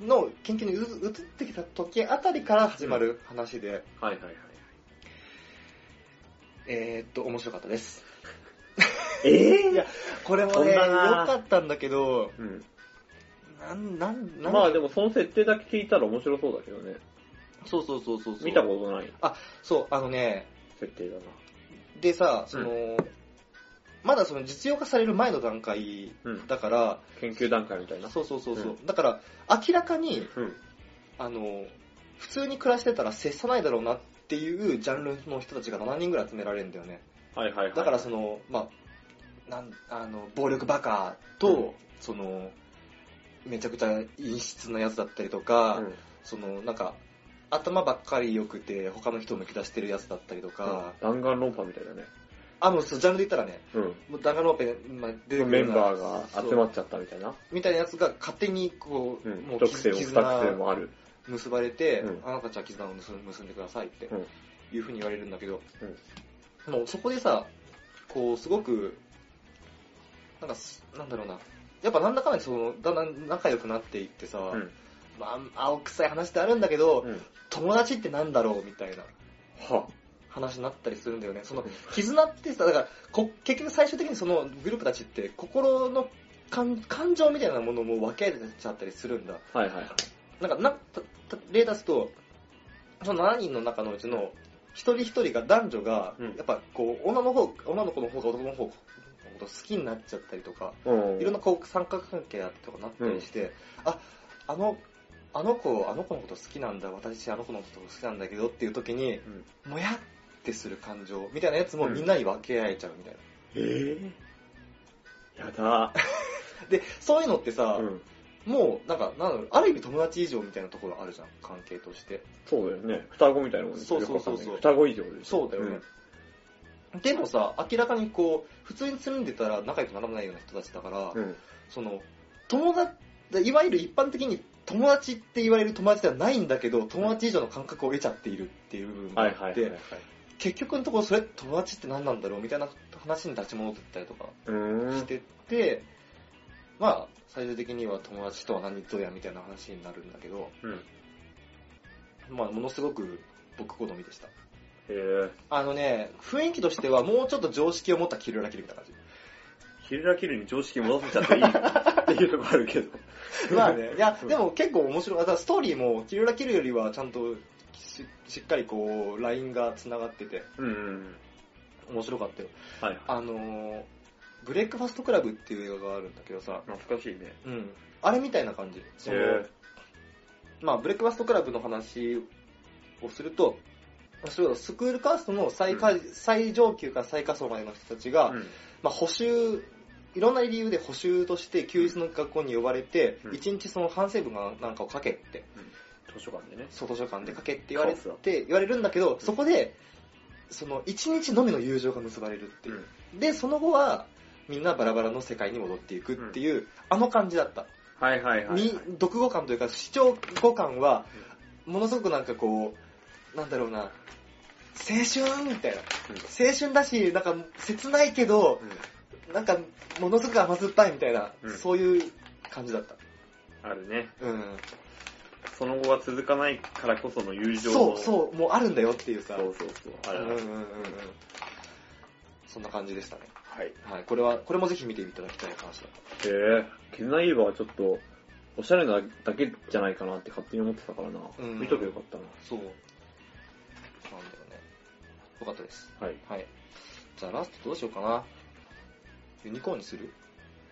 Speaker 3: の研究にうず移ってきた時あたりから始まる話で、
Speaker 2: はいはいはい。
Speaker 3: えーっと、面白かったです。
Speaker 2: え
Speaker 3: いやこれも
Speaker 2: 飛
Speaker 3: ね、
Speaker 2: ん
Speaker 3: 良
Speaker 2: だな
Speaker 3: かったんだけど、
Speaker 2: うん。
Speaker 3: なん、なん、なん、
Speaker 2: まあでもその設定だけ聞いたら面白そうだけどね。
Speaker 3: そうそうそうそうそう。
Speaker 2: 見たことない
Speaker 3: そう、あのね、
Speaker 2: 設定だな。
Speaker 3: でさ、その、まだその実用化される前の段階
Speaker 2: うん。
Speaker 3: だから、
Speaker 2: 研究段階みたいな。
Speaker 3: そうそうそうそう、
Speaker 2: う
Speaker 3: だから、明らかに、
Speaker 2: うん。
Speaker 3: あの、普通に暮らしてたら接さないだろうなっていうジャンルの人たちが7人ぐらい集められるんだよね。
Speaker 2: はいはいはい。
Speaker 3: だからその、まあ、なんあの暴力バカと、
Speaker 2: うん
Speaker 3: そのめちゃくちゃ陰湿なやつだったりとか、
Speaker 2: うん、
Speaker 3: そのなんか頭ばっかり良くて他の人を抜き出してるやつだったりとか、
Speaker 2: 弾丸論破みたいだね。
Speaker 3: あもうそうジャンルで言ったらね
Speaker 2: う
Speaker 3: もうダガローペン、まあ、出て
Speaker 2: ん。
Speaker 3: く
Speaker 2: メ
Speaker 3: るよ
Speaker 2: ン
Speaker 3: うな
Speaker 2: バーが集
Speaker 3: そ
Speaker 2: ま
Speaker 3: う
Speaker 2: っちゃったみたいな。
Speaker 3: みたいなやつが勝手にこう、
Speaker 2: うん。
Speaker 3: もう
Speaker 2: 一癖も二癖もある。
Speaker 3: 結ばれて、
Speaker 2: うん
Speaker 3: あなたたちは絆を結ん結んでくださいって、
Speaker 2: うん
Speaker 3: いうふうに言われるんだけど、もうそこでさ、こう、すごく、なんかす、なんだろうな、やっぱなんだかんだその、だんだん仲良くなっていってさ、
Speaker 2: うん。
Speaker 3: まあ、青臭い話ってあるんだけど、
Speaker 2: うん。
Speaker 3: 友達ってなんだろうみたいな
Speaker 2: は
Speaker 3: 話になったりするんだよね。その
Speaker 2: うん、
Speaker 3: 絆ってさ、だからこ、結局最終的にそのグループたちって、心の感感情みたいなものも分けられちゃったりするんだ。
Speaker 2: はいはいはい。
Speaker 3: なんかなたた例出すと、その7人の中のうちの一人一人が男女が
Speaker 2: うん、
Speaker 3: やっぱこう、女の方、女の子の方が男の方のこと好きになっちゃったりとか、
Speaker 2: うん。
Speaker 3: いろんなこう三角関係だとかなったりして、あ、あの、あの子、あの子のこと好きなんだ、私あの子のこと好きなんだけどっていう時に、
Speaker 2: うん。
Speaker 3: もやってする感情みたいなやつもみんなに分け合えちゃうみたいな。
Speaker 2: えぇ、やだ。
Speaker 3: で、そういうのってさ、
Speaker 2: うん。
Speaker 3: もうなんか、なんだろうある意味友達以上みたいなところあるじゃん、関係として。
Speaker 2: そうだよね。双子みたいなもんね
Speaker 3: そうそうそ
Speaker 2: よくわかん
Speaker 3: うそう
Speaker 2: ないけど双子以上でしょ
Speaker 3: そうだよね。でもさ、明らかにこう、普通につるんでたら仲良くならないような人たちだから、
Speaker 2: うん。
Speaker 3: その、友達、いわゆる一般的に友達って言われる友達ではないんだけど、友達以上の感覚を得ちゃっているっていう部分が
Speaker 2: は
Speaker 3: あ
Speaker 2: い
Speaker 3: って、
Speaker 2: はいはいはい。
Speaker 3: 結局のところそれ友達って何なんだろうみたいな話に立ち戻ってったりとか
Speaker 2: うー
Speaker 3: し
Speaker 2: ん。
Speaker 3: てって、まあ最終的には友達とは何ぞやみたいな話になるんだけど、
Speaker 2: うん。
Speaker 3: まあものすごく僕好みでした。
Speaker 2: へぇ。
Speaker 3: あのね、雰囲気としてはもうちょっと常識を持ったキルラキルみたいな感
Speaker 2: キルラキルに常識戻せちゃっていい [laughs] っていうとこあるけど。
Speaker 3: じ。 [laughs] まあね、いや、でも結構面白い。だからストーリーもキルラキルよりはちゃんとししっかりこう、ラインが繋がってて
Speaker 2: うんうん。
Speaker 3: 面白かったよ。
Speaker 2: はい。
Speaker 3: あのー、ブレックファストクラブっていう映画があるんだけどさ、
Speaker 2: 懐かしいね。
Speaker 3: うん。あれみたいな感じ。そ
Speaker 2: へ
Speaker 3: の
Speaker 2: ぇ。
Speaker 3: まあ、ブレックファストクラブの話をすると、それはスクールカーストの最下、
Speaker 2: う
Speaker 3: 最上級から最下層までの人たちが、
Speaker 2: うん
Speaker 3: まあ、補修、いろんな理由で補修として休日の学校に呼ばれて、
Speaker 2: うん
Speaker 3: 一日その反省文がなんかを書けって、
Speaker 2: 図書館でね。
Speaker 3: そう図書館で書けって言われ
Speaker 2: カオス
Speaker 3: て、言われるんだけど、そこで、その一日のみの友情が結ばれるっていう。で、その後は、みんなバラバラの世界に戻っていくっていう、あの感じだった。
Speaker 2: はいはいはい。
Speaker 3: に、読語感というか、視聴語感は、ものすごくなんかこう、なんだろうな、青春みたいな。青春だし、なんか切ないけど
Speaker 2: う、ん
Speaker 3: なんかものすごく甘酸っぱいみたいな、
Speaker 2: うん
Speaker 3: そういう感じだった。
Speaker 2: あるね。
Speaker 3: うん。
Speaker 2: その後は続かないからこその友情
Speaker 3: そう、
Speaker 2: う。
Speaker 3: そう、もうあるんだよっていうさ。
Speaker 2: そうそうそう。あ
Speaker 3: うんう
Speaker 2: る
Speaker 3: んう
Speaker 2: あ
Speaker 3: んう
Speaker 2: る。
Speaker 3: ん。そんな感じでしたね。
Speaker 2: はい。
Speaker 3: はい。これは、これもぜひ見ていただきたい話だ。
Speaker 2: へぇ。キルナイーバーはちょっと、おしゃれなだけじゃないかなって勝手に思ってたからな。
Speaker 3: うん
Speaker 2: 見とけばよかったな。
Speaker 3: そう。なんだよね。よかったです。
Speaker 2: はい。
Speaker 3: はい。じゃあラストどうしようかな。ユニコーンにする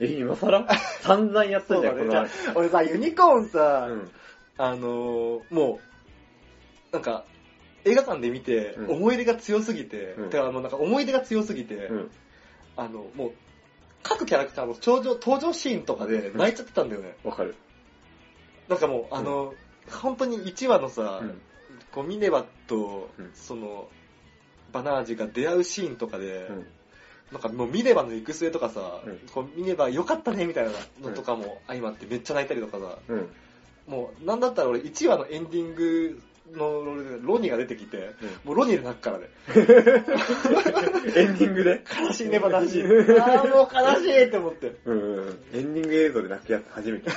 Speaker 2: え、今更散々やったじゃん、
Speaker 3: そうだね
Speaker 2: この話。
Speaker 3: 俺さ、ユニコーンさ、
Speaker 2: うん。
Speaker 3: あのー、もう、なんか、映画館で見て、
Speaker 2: うん
Speaker 3: 思い出が強すぎて、
Speaker 2: うん
Speaker 3: てかあの、なんか思い出が強すぎて、
Speaker 2: うん。
Speaker 3: あの、もう、各キャラクターの登場、登場シーンとかで
Speaker 2: うん
Speaker 3: 泣いちゃってたんだよね。
Speaker 2: わかる。
Speaker 3: なんかもう、あの、本当に1話のさ、
Speaker 2: うん。
Speaker 3: こうミネバと、
Speaker 2: うん
Speaker 3: その、バナージが出会うシーンとかで、
Speaker 2: うん。
Speaker 3: なんかもうミネバの行く末とかさ、
Speaker 2: うん
Speaker 3: こうミネバ良かったねみたいなのとかも相まってめっちゃ泣いたりとかさ、
Speaker 2: うん。
Speaker 3: もう、なんだったら俺1話のエンディングのロニーが出てきて、もうロニーで泣くからね。
Speaker 2: エンディングで
Speaker 3: 悲しいね、悲しい。ああ、もう悲しいって思って。
Speaker 2: うん。エンディング映像で泣くやつ初めて。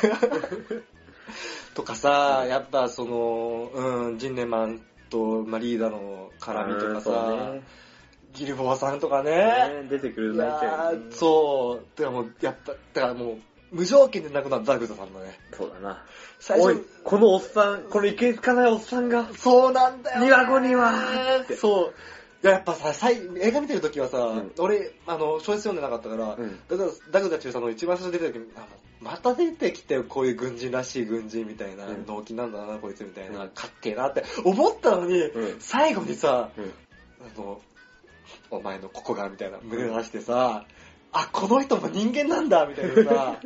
Speaker 3: とかさ、やっぱその、うん、ジンネマンと、まあ、リーダーの絡みとか
Speaker 2: う
Speaker 3: さ、
Speaker 2: ん
Speaker 3: ギルボアさんとかね。
Speaker 2: そうねね出てくる
Speaker 3: い
Speaker 2: と泣いちゃ
Speaker 3: や
Speaker 2: うよね
Speaker 3: ーそう。だからもう、やっぱ、だからもう、無条件で泣くのはザグザさんだね。
Speaker 2: そうだな。
Speaker 3: 最
Speaker 2: おい
Speaker 3: 初、、
Speaker 2: このおっさん、このいけつかないおっさんが、
Speaker 3: そうなんだよね。
Speaker 2: にわごにわーって
Speaker 3: そう。いややっぱさ、最映画見てるときはさ、
Speaker 2: うん
Speaker 3: 俺、あの、小説読んでなかったから、
Speaker 2: うん
Speaker 3: だから、ダグダ中佐の一番最初出てるときに、あもうまた出てきたよ、こういう軍人らしい軍人みたいな、
Speaker 2: うん
Speaker 3: 納金なんだな、こいつみたいな、
Speaker 2: うん
Speaker 3: かっけえなって思ったのに、
Speaker 2: ん
Speaker 3: 最後にさ、
Speaker 2: うん
Speaker 3: あの、お前のここが、みたいな、胸を出してさ、あ、この人も人間なんだ、みたい
Speaker 2: [laughs]
Speaker 3: なさ、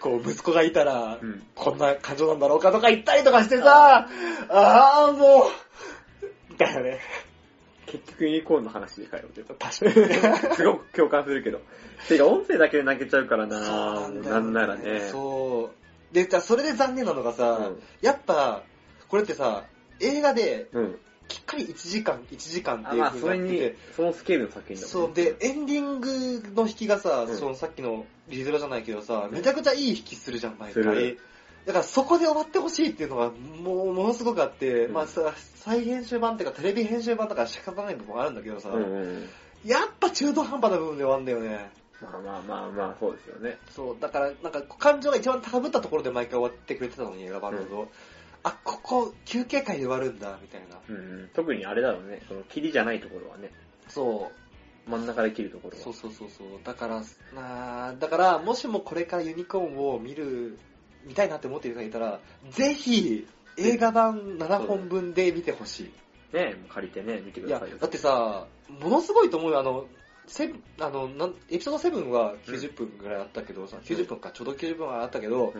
Speaker 3: こう、息子がいたら、
Speaker 2: うん
Speaker 3: こんな感情なんだろうかとか言ったりとかしてさ、ああ、もう、みたいなね。
Speaker 2: 結局ユニコーンの話でかよって。
Speaker 3: 確か
Speaker 2: [laughs]
Speaker 3: に。 [laughs]
Speaker 2: すごく共感するけど。てか、音声だけで泣けちゃうからな
Speaker 3: よね
Speaker 2: なんならね。
Speaker 3: そう。で、だそれで残念なのがさ、
Speaker 2: うん
Speaker 3: やっぱ、これってさ、映画で、
Speaker 2: うん。
Speaker 3: きっかり1時間、1時間っ
Speaker 2: あ、
Speaker 3: ていう
Speaker 2: まあ、
Speaker 3: 風に
Speaker 2: そ
Speaker 3: な
Speaker 2: れ
Speaker 3: って
Speaker 2: に
Speaker 3: て、、
Speaker 2: そのスケールの作品だもん
Speaker 3: そう、で、エンディングの引きがさ、
Speaker 2: うん
Speaker 3: そのさっきのリゼロじゃないけどさ、
Speaker 2: うん
Speaker 3: めちゃくちゃいい引きするじゃん、毎
Speaker 2: す
Speaker 3: 回
Speaker 2: る。
Speaker 3: だからそこで終わってほしいっていうのが、もう、ものすごくあって、
Speaker 2: うん
Speaker 3: まあさ、再編集版っていうか、テレビ編集版だから仕方ない部分もあるんだけどさ、
Speaker 2: うんうん。
Speaker 3: やっぱ中途半端な部分で終わるんだよね。
Speaker 2: まあまあまあまあ、そうですよね。
Speaker 3: そう、だから、なんか、感情が一番高ぶったところで毎回終わってくれてたのに、選ばんだと、あ、ここ、休憩会で終わるんだ、みたいな。
Speaker 2: うんうん。特にあれだろうね。この、霧じゃないところはね。
Speaker 3: そう。
Speaker 2: 真ん中で切るところは。
Speaker 3: そうそうそうそう。だから、なーだから、もしもこれからユニコーンを見る、見たいなって思ってる人がいたら、ぜひ、映画版7本分で見てほし
Speaker 2: ねもう借りてね、見て
Speaker 3: い。
Speaker 2: く
Speaker 3: い
Speaker 2: だ
Speaker 3: や
Speaker 2: さいよ。、
Speaker 3: だってさ、ものすごいと思うよ、あの、セブンあのなんエピソード7は90分ぐらいあったけどさ、90分か、ちょうど90分ぐらいあったけど、
Speaker 2: う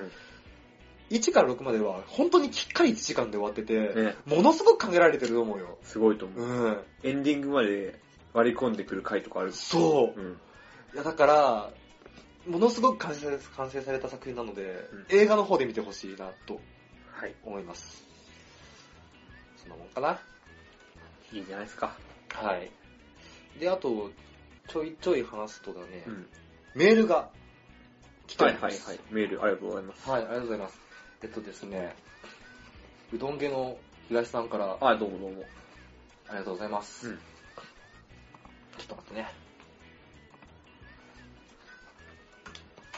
Speaker 3: 1から6までは本当にきっかり1時間で終わってて、
Speaker 2: ん。ね
Speaker 3: ものすごく考えられてると思うよ。
Speaker 2: すごいと思う。
Speaker 3: うん。
Speaker 2: エンディングまで割り込んでくる回とかある。
Speaker 3: そう
Speaker 2: う。ん。
Speaker 3: いやだから、ものすごく完成完成された作品なので、
Speaker 2: ん
Speaker 3: 映画の方で見てほしいなと
Speaker 2: はい。
Speaker 3: 思います。そんなもんかな。
Speaker 2: いいじゃないですか。
Speaker 3: はい。で、あと、ちょいちょい話すとだね、
Speaker 2: うん。
Speaker 3: メールが来てお
Speaker 2: はい
Speaker 3: りま
Speaker 2: はい
Speaker 3: す。
Speaker 2: はい。メールありがとうございます。
Speaker 3: はい、ありがとうございます。えっとですね、うどん家の東さんからあ
Speaker 2: はい、どうもどうも。
Speaker 3: りがとうございます。
Speaker 2: うん
Speaker 3: ちょっと待ってね。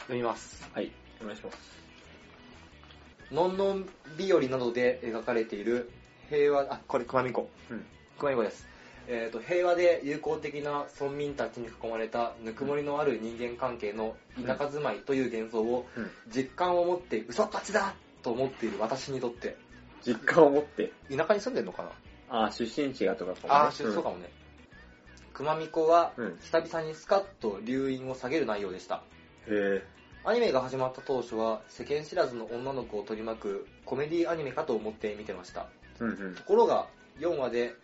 Speaker 3: 読みます。
Speaker 2: はい、お願いします。
Speaker 3: のんのん日和などで描かれている平和、あ、これ熊みこ。
Speaker 2: うん。
Speaker 3: 熊みこです。えっ、と、平和で友好的な村民たちに囲まれたぬくもりのある人間関係の田舎住まいという幻想を
Speaker 2: うん。
Speaker 3: 実感を持って嘘っぱちだと思っている私にとって、
Speaker 2: 実感を持って。
Speaker 3: 田舎に住んでんのかな
Speaker 2: ああ、出身地がとかかもね
Speaker 3: ああ、そうかもね。熊みこは、
Speaker 2: うん。
Speaker 3: 久々にスカッと留飲を下げる内容でした。
Speaker 2: へえ。
Speaker 3: アニメが始まった当初は、世間知らずの女の子を取り巻くコメディアニメかと思って見てました。
Speaker 2: うんうん
Speaker 3: と。ころが、4話で、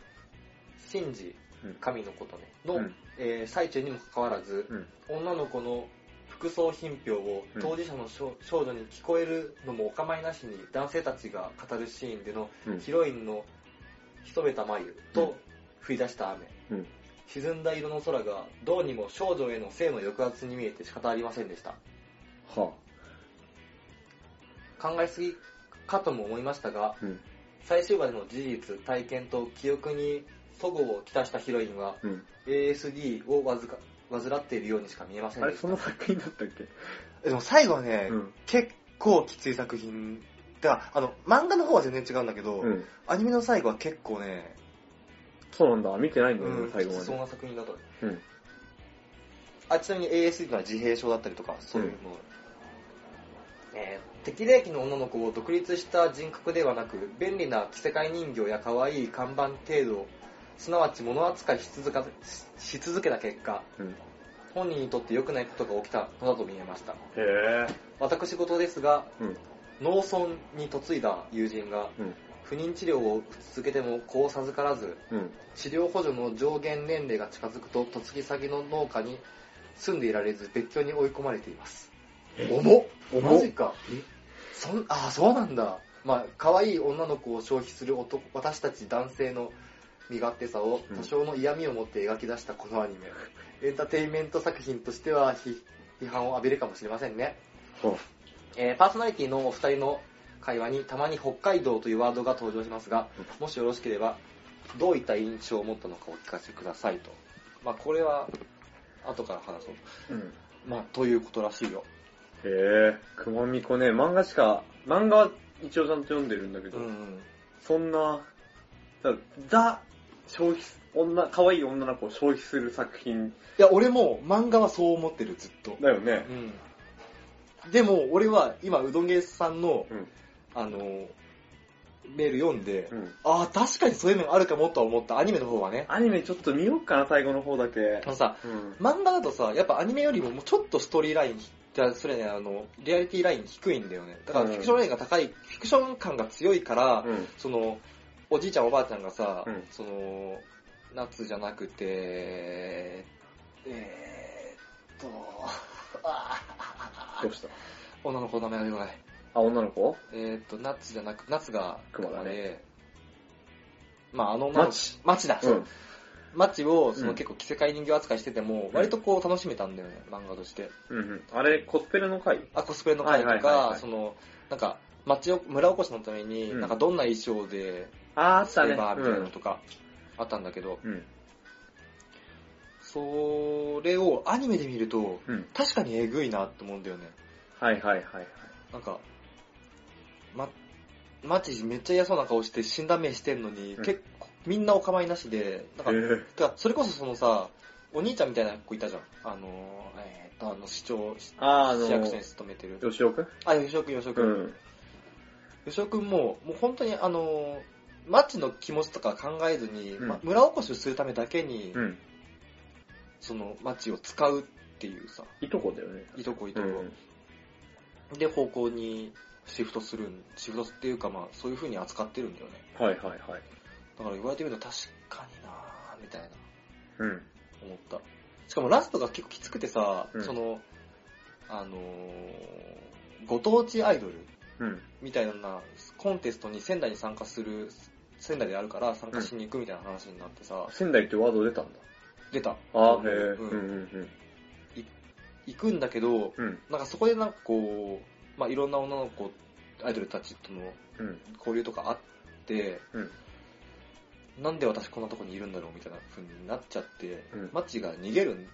Speaker 3: シンジ
Speaker 2: うん、
Speaker 3: 神のことね、の、
Speaker 2: うん
Speaker 3: えー最中にもかかわらず、
Speaker 2: うん。
Speaker 3: 女の子の服装品評を
Speaker 2: うん
Speaker 3: 当事者の少少女に聞こえるのもお構いなしに男性たちが語るシーンでの
Speaker 2: うん
Speaker 3: ヒロインの潜めた眉と降り出した雨、
Speaker 2: うん
Speaker 3: 沈んだ色の空がどうにも少女への性の抑圧に見えて仕方ありませんでした
Speaker 2: は
Speaker 3: 考えすぎかとも思いましたが
Speaker 2: あ。うん。
Speaker 3: 最終話での事実体験と記憶にそごをきたしたヒロインは
Speaker 2: うん。
Speaker 3: ASD をわずか患っているようにしか見えません
Speaker 2: あ
Speaker 3: で
Speaker 2: れ、
Speaker 3: し
Speaker 2: そ
Speaker 3: た
Speaker 2: の作品だったっけ
Speaker 3: でも最後はね
Speaker 2: うん。
Speaker 3: 結構きつい作品。だから、あの、漫画の方は全然違うんだけど、
Speaker 2: うん。
Speaker 3: アニメの最後は結構ね、
Speaker 2: そうなんだ。見てないんだよ
Speaker 3: う
Speaker 2: ね
Speaker 3: ん、、
Speaker 2: 最後ま
Speaker 3: きつそう
Speaker 2: で。
Speaker 3: な作品だと。
Speaker 2: うん。
Speaker 3: あ、ちなみに ASD というのは自閉症だったりとか、そういうもの。えー適齢期の女の子を独立した人格ではなく、便利な着せ替え人形や可愛い看板程度、すなわち物扱いし続かしし続けた結果、
Speaker 2: うん。へ
Speaker 3: 本人にとって良くないことが起きたのだと見えました。
Speaker 2: え。
Speaker 3: 私事ですが、
Speaker 2: うん。
Speaker 3: 農村に嫁いだ友人が、
Speaker 2: うん。
Speaker 3: 不妊治療を続けても子を授からず
Speaker 2: うん。
Speaker 3: 治療補助の上限年齢が近づくと嫁ぎ先の農家に住んでいられず別居に追い込まれています重っ
Speaker 2: 重っ
Speaker 3: マジかそんああそうなんだまあ可愛い女の子を消費する男私たち男性の身勝手さを
Speaker 2: うん
Speaker 3: 多少の嫌味を持って描き出したこのアニメ、エンターテインメント作品としては批批判を浴びるかもしれませんね
Speaker 2: は
Speaker 3: えーパーソナリティのお二人の会話にたまに北海道というワードが登場しますが、もしよろしければ、どういった印象を持ったのかお聞かせくださいと。まあ、これは、後から話そう。
Speaker 2: あ。うん。
Speaker 3: まあ、ということらしいよ。
Speaker 2: へえ。くまみこね、漫画しか、漫画は一応ちゃんと読んでるんだけど、
Speaker 3: ん。
Speaker 2: そんな、だザ、消費す、女、可愛い女の子を消費する作品
Speaker 3: いや、俺も漫画はそう思ってる、ずっと。
Speaker 2: だよね
Speaker 3: う。ん。でも、俺は今、うどんげさんの、
Speaker 2: うん。
Speaker 3: あの、メール読んで、
Speaker 2: うん。
Speaker 3: ああ、確かにそういう面あるかもとは思った、アニメの方はね。
Speaker 2: アニメちょっと見ようかな、最後の方だけ
Speaker 3: あ。のさ、
Speaker 2: うん。
Speaker 3: 漫画だとさ、やっぱアニメよりももうちょっとストーリーライン、じゃあそれね、あの、リアリティライン低いんだよね。だから
Speaker 2: うん
Speaker 3: フィクションラインが高い、フィクション感が強いから、
Speaker 2: うん。
Speaker 3: その、おじいちゃんおばあちゃんがさ、
Speaker 2: うん
Speaker 3: その、夏じゃなくて、えー、っと、あ
Speaker 2: どうした
Speaker 3: ー女の子の名前が出てこない。
Speaker 2: あ、女の子
Speaker 3: えー、っと、夏じゃなく、夏が
Speaker 2: 熊だね
Speaker 3: で、まああの女の子
Speaker 2: マチ、
Speaker 3: マチだ、そう。。マチを、その
Speaker 2: うん
Speaker 3: 結構着せ替え人形扱いしてても、割とこう楽しめたんだよね、漫画として。
Speaker 2: うんうん。あれ、コスペルの回
Speaker 3: あ、コスプレの会
Speaker 2: はい
Speaker 3: と
Speaker 2: はいはいは
Speaker 3: か
Speaker 2: い、
Speaker 3: その、なんか、町を、村おこしのために、
Speaker 2: うん
Speaker 3: なんかどんな衣装で、
Speaker 2: あー、あっ
Speaker 3: す
Speaker 2: たね。
Speaker 3: れば、みたいなの
Speaker 2: う
Speaker 3: とか、あったんだけど、
Speaker 2: ん。うん。
Speaker 3: それをアニメで見ると、
Speaker 2: うん。
Speaker 3: 確かにえぐいなって思うんだよね。
Speaker 2: はいはいはいはい。
Speaker 3: なんか、ま、町めっちゃ嫌そうな顔して死んだ目してんのに、
Speaker 2: うん
Speaker 3: 結構、みんなお構いなしで、なんか、
Speaker 2: へ
Speaker 3: てかそれこそそのさ、お兄ちゃんみたいな子いたじゃん。あのー、えーっと、あの、市長、
Speaker 2: あー、あ
Speaker 3: 市役所
Speaker 2: の
Speaker 3: に、勤めてる。
Speaker 2: 吉尾くん
Speaker 3: あ、吉尾くん、吉尾く。
Speaker 2: うんん。
Speaker 3: 吉尾くんも、もう本当にあの、マッチの気持ちとか考えずに、
Speaker 2: うん
Speaker 3: ま村おこしをするためだけに、
Speaker 2: うん。
Speaker 3: そのマッチを使うっていうさ、
Speaker 2: いとこだよね。
Speaker 3: いとこいと
Speaker 2: う
Speaker 3: こ、
Speaker 2: ん。
Speaker 3: で方向にシフトするん、シフトっていうかまあそういう風に扱ってるんだよね。
Speaker 2: はいはいはい。
Speaker 3: だから言われてみると確かになぁ、みたいな
Speaker 2: うん。
Speaker 3: 思った。しかもラストが結構きつくてさ、
Speaker 2: うん
Speaker 3: その、あのーご当地アイドル
Speaker 2: うん。
Speaker 3: みたいなコンテストに仙台に参加する仙台でやるから参加しに行くみたいな話になってさ、
Speaker 2: 仙台ってワード出たんだ。
Speaker 3: 出た。
Speaker 2: あ
Speaker 3: う
Speaker 2: ー、
Speaker 3: ん
Speaker 2: へえ。
Speaker 3: うん
Speaker 2: うんうん
Speaker 3: 行くんだけど、
Speaker 2: うん。うん。
Speaker 3: なんかそこでなんかこう、まあいろんな女の子、アイドルたちとの
Speaker 2: うん。
Speaker 3: 交流とかあって、
Speaker 2: うん
Speaker 3: なんで私こんなとこにいるんだろうみたいな風になっちゃって、
Speaker 2: うん
Speaker 3: マッチが逃げる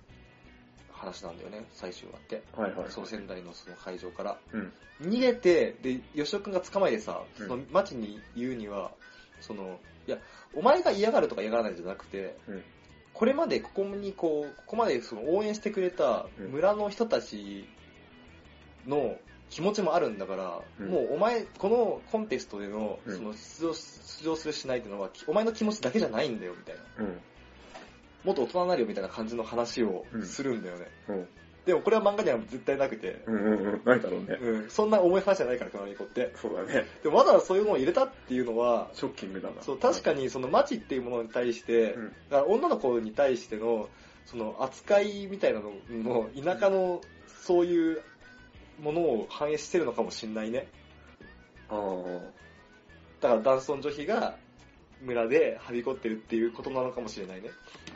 Speaker 3: 話なんだよね、最終話って。
Speaker 2: はいはい。
Speaker 3: その仙台のその会場から。
Speaker 2: うん
Speaker 3: 逃げて、で、吉尾くんが捕まえてさ、
Speaker 2: うん
Speaker 3: その町に言うには、その、いや、お前が嫌がるとか嫌がらないじゃなくて、
Speaker 2: うん
Speaker 3: これまでここにこう、ここまでその応援してくれた
Speaker 2: うん
Speaker 3: 村の人たちの気持ちもあるんだから、
Speaker 2: うん
Speaker 3: もうお前、このコンテストでの、
Speaker 2: うん
Speaker 3: その出場す、出場するしないっていうのは、きお前の気持ちだけじゃないんだよ、みたいな。
Speaker 2: うん。
Speaker 3: もっと大人になるよ、みたいな感じの話をするんだよね。
Speaker 2: うん。
Speaker 3: でもこれは漫画には絶対なくて、
Speaker 2: うんうんうん。ないだろうね。
Speaker 3: うん、そんな重い話じゃないから、熊猫って。
Speaker 2: そうだね。
Speaker 3: でもわざわざそういうものを入れたっていうのは、
Speaker 2: ショッキングだな。
Speaker 3: そう、確かにその街っていうものに対して、
Speaker 2: うん
Speaker 3: だから女の子に対しての、その扱いみたいなのも、田舎のそういうものを反映してるのかもしんないね。
Speaker 2: あー
Speaker 3: だから男尊女卑が村ではびこってるっていうことなのかもしれないね。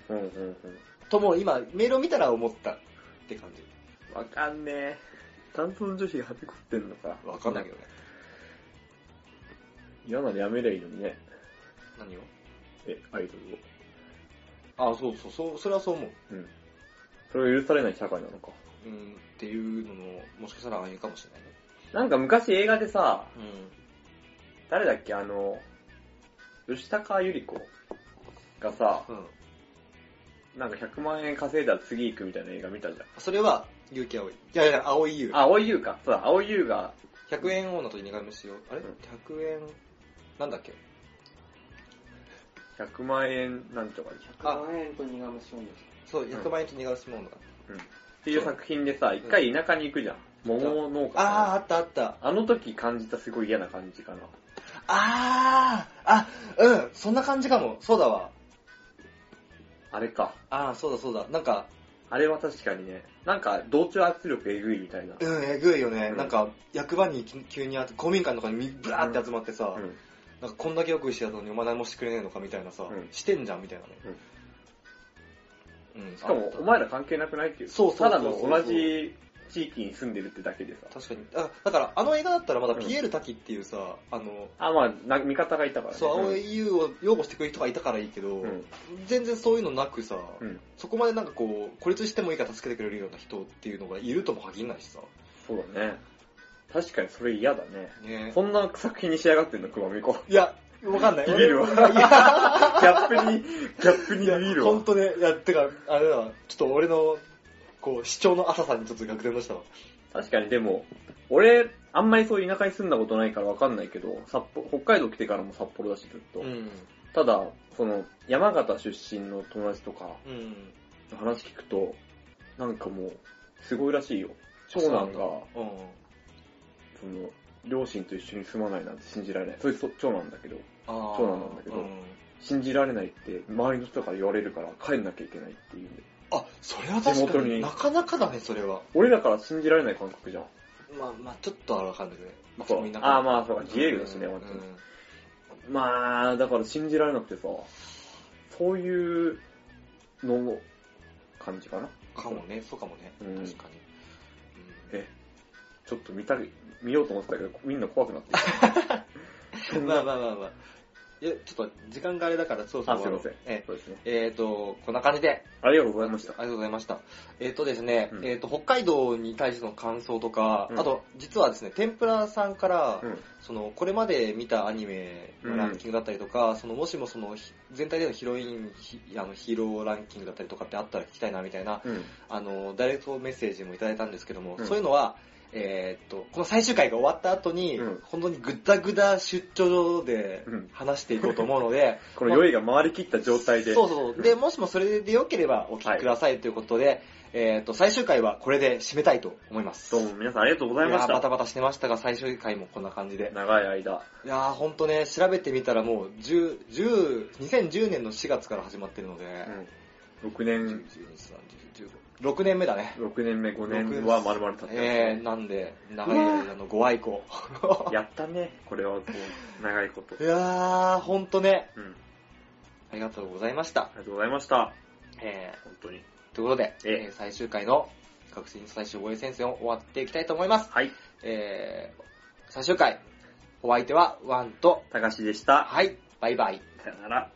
Speaker 2: うんうんうん。
Speaker 3: とも今、メールを見たら思ったって感じ。
Speaker 2: わかんねえ。担当の女子がはびこってんのか。
Speaker 3: わかんないけどね。
Speaker 2: 嫌なのやめりゃいいのにね。
Speaker 3: 何を
Speaker 2: え、アイドルを。
Speaker 3: あ、そうそう、そう、それはそう思う。
Speaker 2: うん。それを許されない社会なのか。
Speaker 3: うん、っていうのの、もしかしたらああいうかもしれないね。
Speaker 2: なんか昔映画でさ、
Speaker 3: うん。
Speaker 2: 誰だっけ、あの、吉高由里子がさ、
Speaker 3: うん。
Speaker 2: なんか100万円稼いだら次行くみたいな映画見たじゃん。
Speaker 3: それは、結城葵。いやいや、葵優。
Speaker 2: あ、青い優か。そうだ、青い優が、
Speaker 3: 100円女と2回目しよう。あれ
Speaker 2: うん
Speaker 3: ?100 円、なんだっけ
Speaker 2: 100万円なんとかでしょ。
Speaker 3: あ
Speaker 2: 100万円と苦虫女
Speaker 3: そう、100万円と2回目しものだ。
Speaker 2: っていう作品でさ、一回田舎に行くじゃん。桃農家
Speaker 3: ああ、あったあった。
Speaker 2: あの時感じたすごい嫌な感じかな。
Speaker 3: ああ、あ、うん、そんな感じかも。そうだわ。
Speaker 2: あれか。
Speaker 3: ああ、そうだそうだ。なんか、
Speaker 2: あれは確かにね、なんか同調圧力えぐいみたいな。
Speaker 3: うん、えぐいよね。
Speaker 2: うん
Speaker 3: なんか、役場に急にあって、公民館とかにみブラーって集まってさ、
Speaker 2: うん。
Speaker 3: なんかこんだけよくしてやったのにお前何もしてくれねえのかみたいなさ、
Speaker 2: うん
Speaker 3: してんじゃんみたいなね。うん。
Speaker 2: しかも、お前ら関係なくないっていう。
Speaker 3: そうそうそう
Speaker 2: ただの同じ地域に住んでるってだけでさ。
Speaker 3: 確かに。あだから、あの映画だったらまだ
Speaker 2: うん
Speaker 3: ピエール滝っていうさ、あの、
Speaker 2: あ、まあ、な味方がいたからね。
Speaker 3: そう、青い優を擁護してくれる人がいたからいいけど、
Speaker 2: うん。
Speaker 3: 全然そういうのなくさ、
Speaker 2: うん。
Speaker 3: そこまでなんかこう、孤立してもいいから助けてくれるような人っていうのがいるとも限らないしさ。
Speaker 2: そうだね。確かにそれ嫌だね。
Speaker 3: ね
Speaker 2: こんな作品に仕上がってんの、熊美
Speaker 3: [laughs]
Speaker 2: 子。
Speaker 3: いや、わかんない。
Speaker 2: ビビるわ
Speaker 3: [laughs] 俺いや、
Speaker 2: ギャップに、ギャップにビビる
Speaker 3: ほ
Speaker 2: わ
Speaker 3: ん。とね、いや、てか、あれだわ、ちょっと俺の、こう、主張の浅さにちょっと愕然としたわ。
Speaker 2: 確かにでも、俺、あんまりそういう田舎に住んだことないからわかんないけど、札幌、北海道来てからも札幌だし、ずっと。
Speaker 3: ん。
Speaker 2: ただ、その、山形出身の友達とか、
Speaker 3: うん。
Speaker 2: 話聞くと、なんかもう、すごいらしいよ。長男が、
Speaker 3: うん。
Speaker 2: その、両親と一緒に住まないなんて信じられない。そいつそ長男だけど、
Speaker 3: あー
Speaker 2: 長男なんだけど
Speaker 3: うん
Speaker 2: 信じられないって、周りの人から言われるから帰んなきゃいけないっていうんで。
Speaker 3: あ、それは確
Speaker 2: 地
Speaker 3: か
Speaker 2: 元
Speaker 3: に
Speaker 2: に
Speaker 3: なかなかだね、それは。
Speaker 2: 俺らから信じられない感覚じゃん。
Speaker 3: まあ、まあちょっとあれわかんないけどね。
Speaker 2: そう
Speaker 3: みんな
Speaker 2: あーまあそうか自営業だしね
Speaker 3: うん
Speaker 2: 本当に
Speaker 3: うん
Speaker 2: まあ、だから信じられなくてさ、そういうのも感じかな。
Speaker 3: かもね、そうかもね。
Speaker 2: うん
Speaker 3: 確かに。
Speaker 2: え、ちょっと見たい、見ようと思ってたけど、みんな怖くなってき [laughs]
Speaker 3: うん [laughs] まあまあまあまあ。いや、ちょっと時間があれだから、そうそ
Speaker 2: た。
Speaker 3: う。
Speaker 2: あ、すいません。
Speaker 3: え
Speaker 2: そうですね。
Speaker 3: えーと、こんな感じで。
Speaker 2: ありがとうございました
Speaker 3: あり。がとうございました。えっ、とですね、
Speaker 2: うん
Speaker 3: えっ、と、北海道に対しての感想とか、
Speaker 2: うん
Speaker 3: あと、実はですね、天ぷらさんから、
Speaker 2: うん
Speaker 3: その、これまで見たアニメのランキングだったりとか、その、もしもその、ひ全体でのヒロイン、ひあのヒーローランキングだったりとかってあったら聞きたいな、みたいな、
Speaker 2: うん。
Speaker 3: あの、ダイレクトメッセージもいただいたんですけども、
Speaker 2: うん
Speaker 3: そういうのは、えーっと、この最終回が終わった後に、
Speaker 2: うん
Speaker 3: 本当にぐだぐだ出張所で
Speaker 2: うん
Speaker 3: 話していこうと思うので、
Speaker 2: この酔いが回りきった状態 [laughs] で。
Speaker 3: そうそうそう。で、もしもそれで良ければお聞きくださいということで、えーっと、最終回はこれで締めたいと思います。
Speaker 2: どうも皆さんありがとうございまし
Speaker 3: やーバタ
Speaker 2: た。
Speaker 3: バタしてましたが、最終回もこんな感じで。
Speaker 2: 長い間。
Speaker 3: いやー、ほんとね、調べてみたらもう、10、10、2010年の4月から始まってるので、
Speaker 2: うん。 6年、
Speaker 3: 6年目だね。
Speaker 2: 6年目、5年は丸々経ってます
Speaker 3: え
Speaker 2: ね
Speaker 3: ー、なんで、長い間のご愛顧。
Speaker 2: やったね、これはこう、長いこと。
Speaker 3: いやー、ほんとね、
Speaker 2: うん。
Speaker 3: ありがとうございました
Speaker 2: あ。りがとうございました。
Speaker 3: え
Speaker 2: 本当に。
Speaker 3: ー、ということで、
Speaker 2: ええ
Speaker 3: えー最終回の学生最終防衛戦線を終わっていきたいと思います。
Speaker 2: はい。
Speaker 3: えー、最終回、お相手はワンと、
Speaker 2: 高しでした。
Speaker 3: はい、バイバイ。
Speaker 2: さよなら。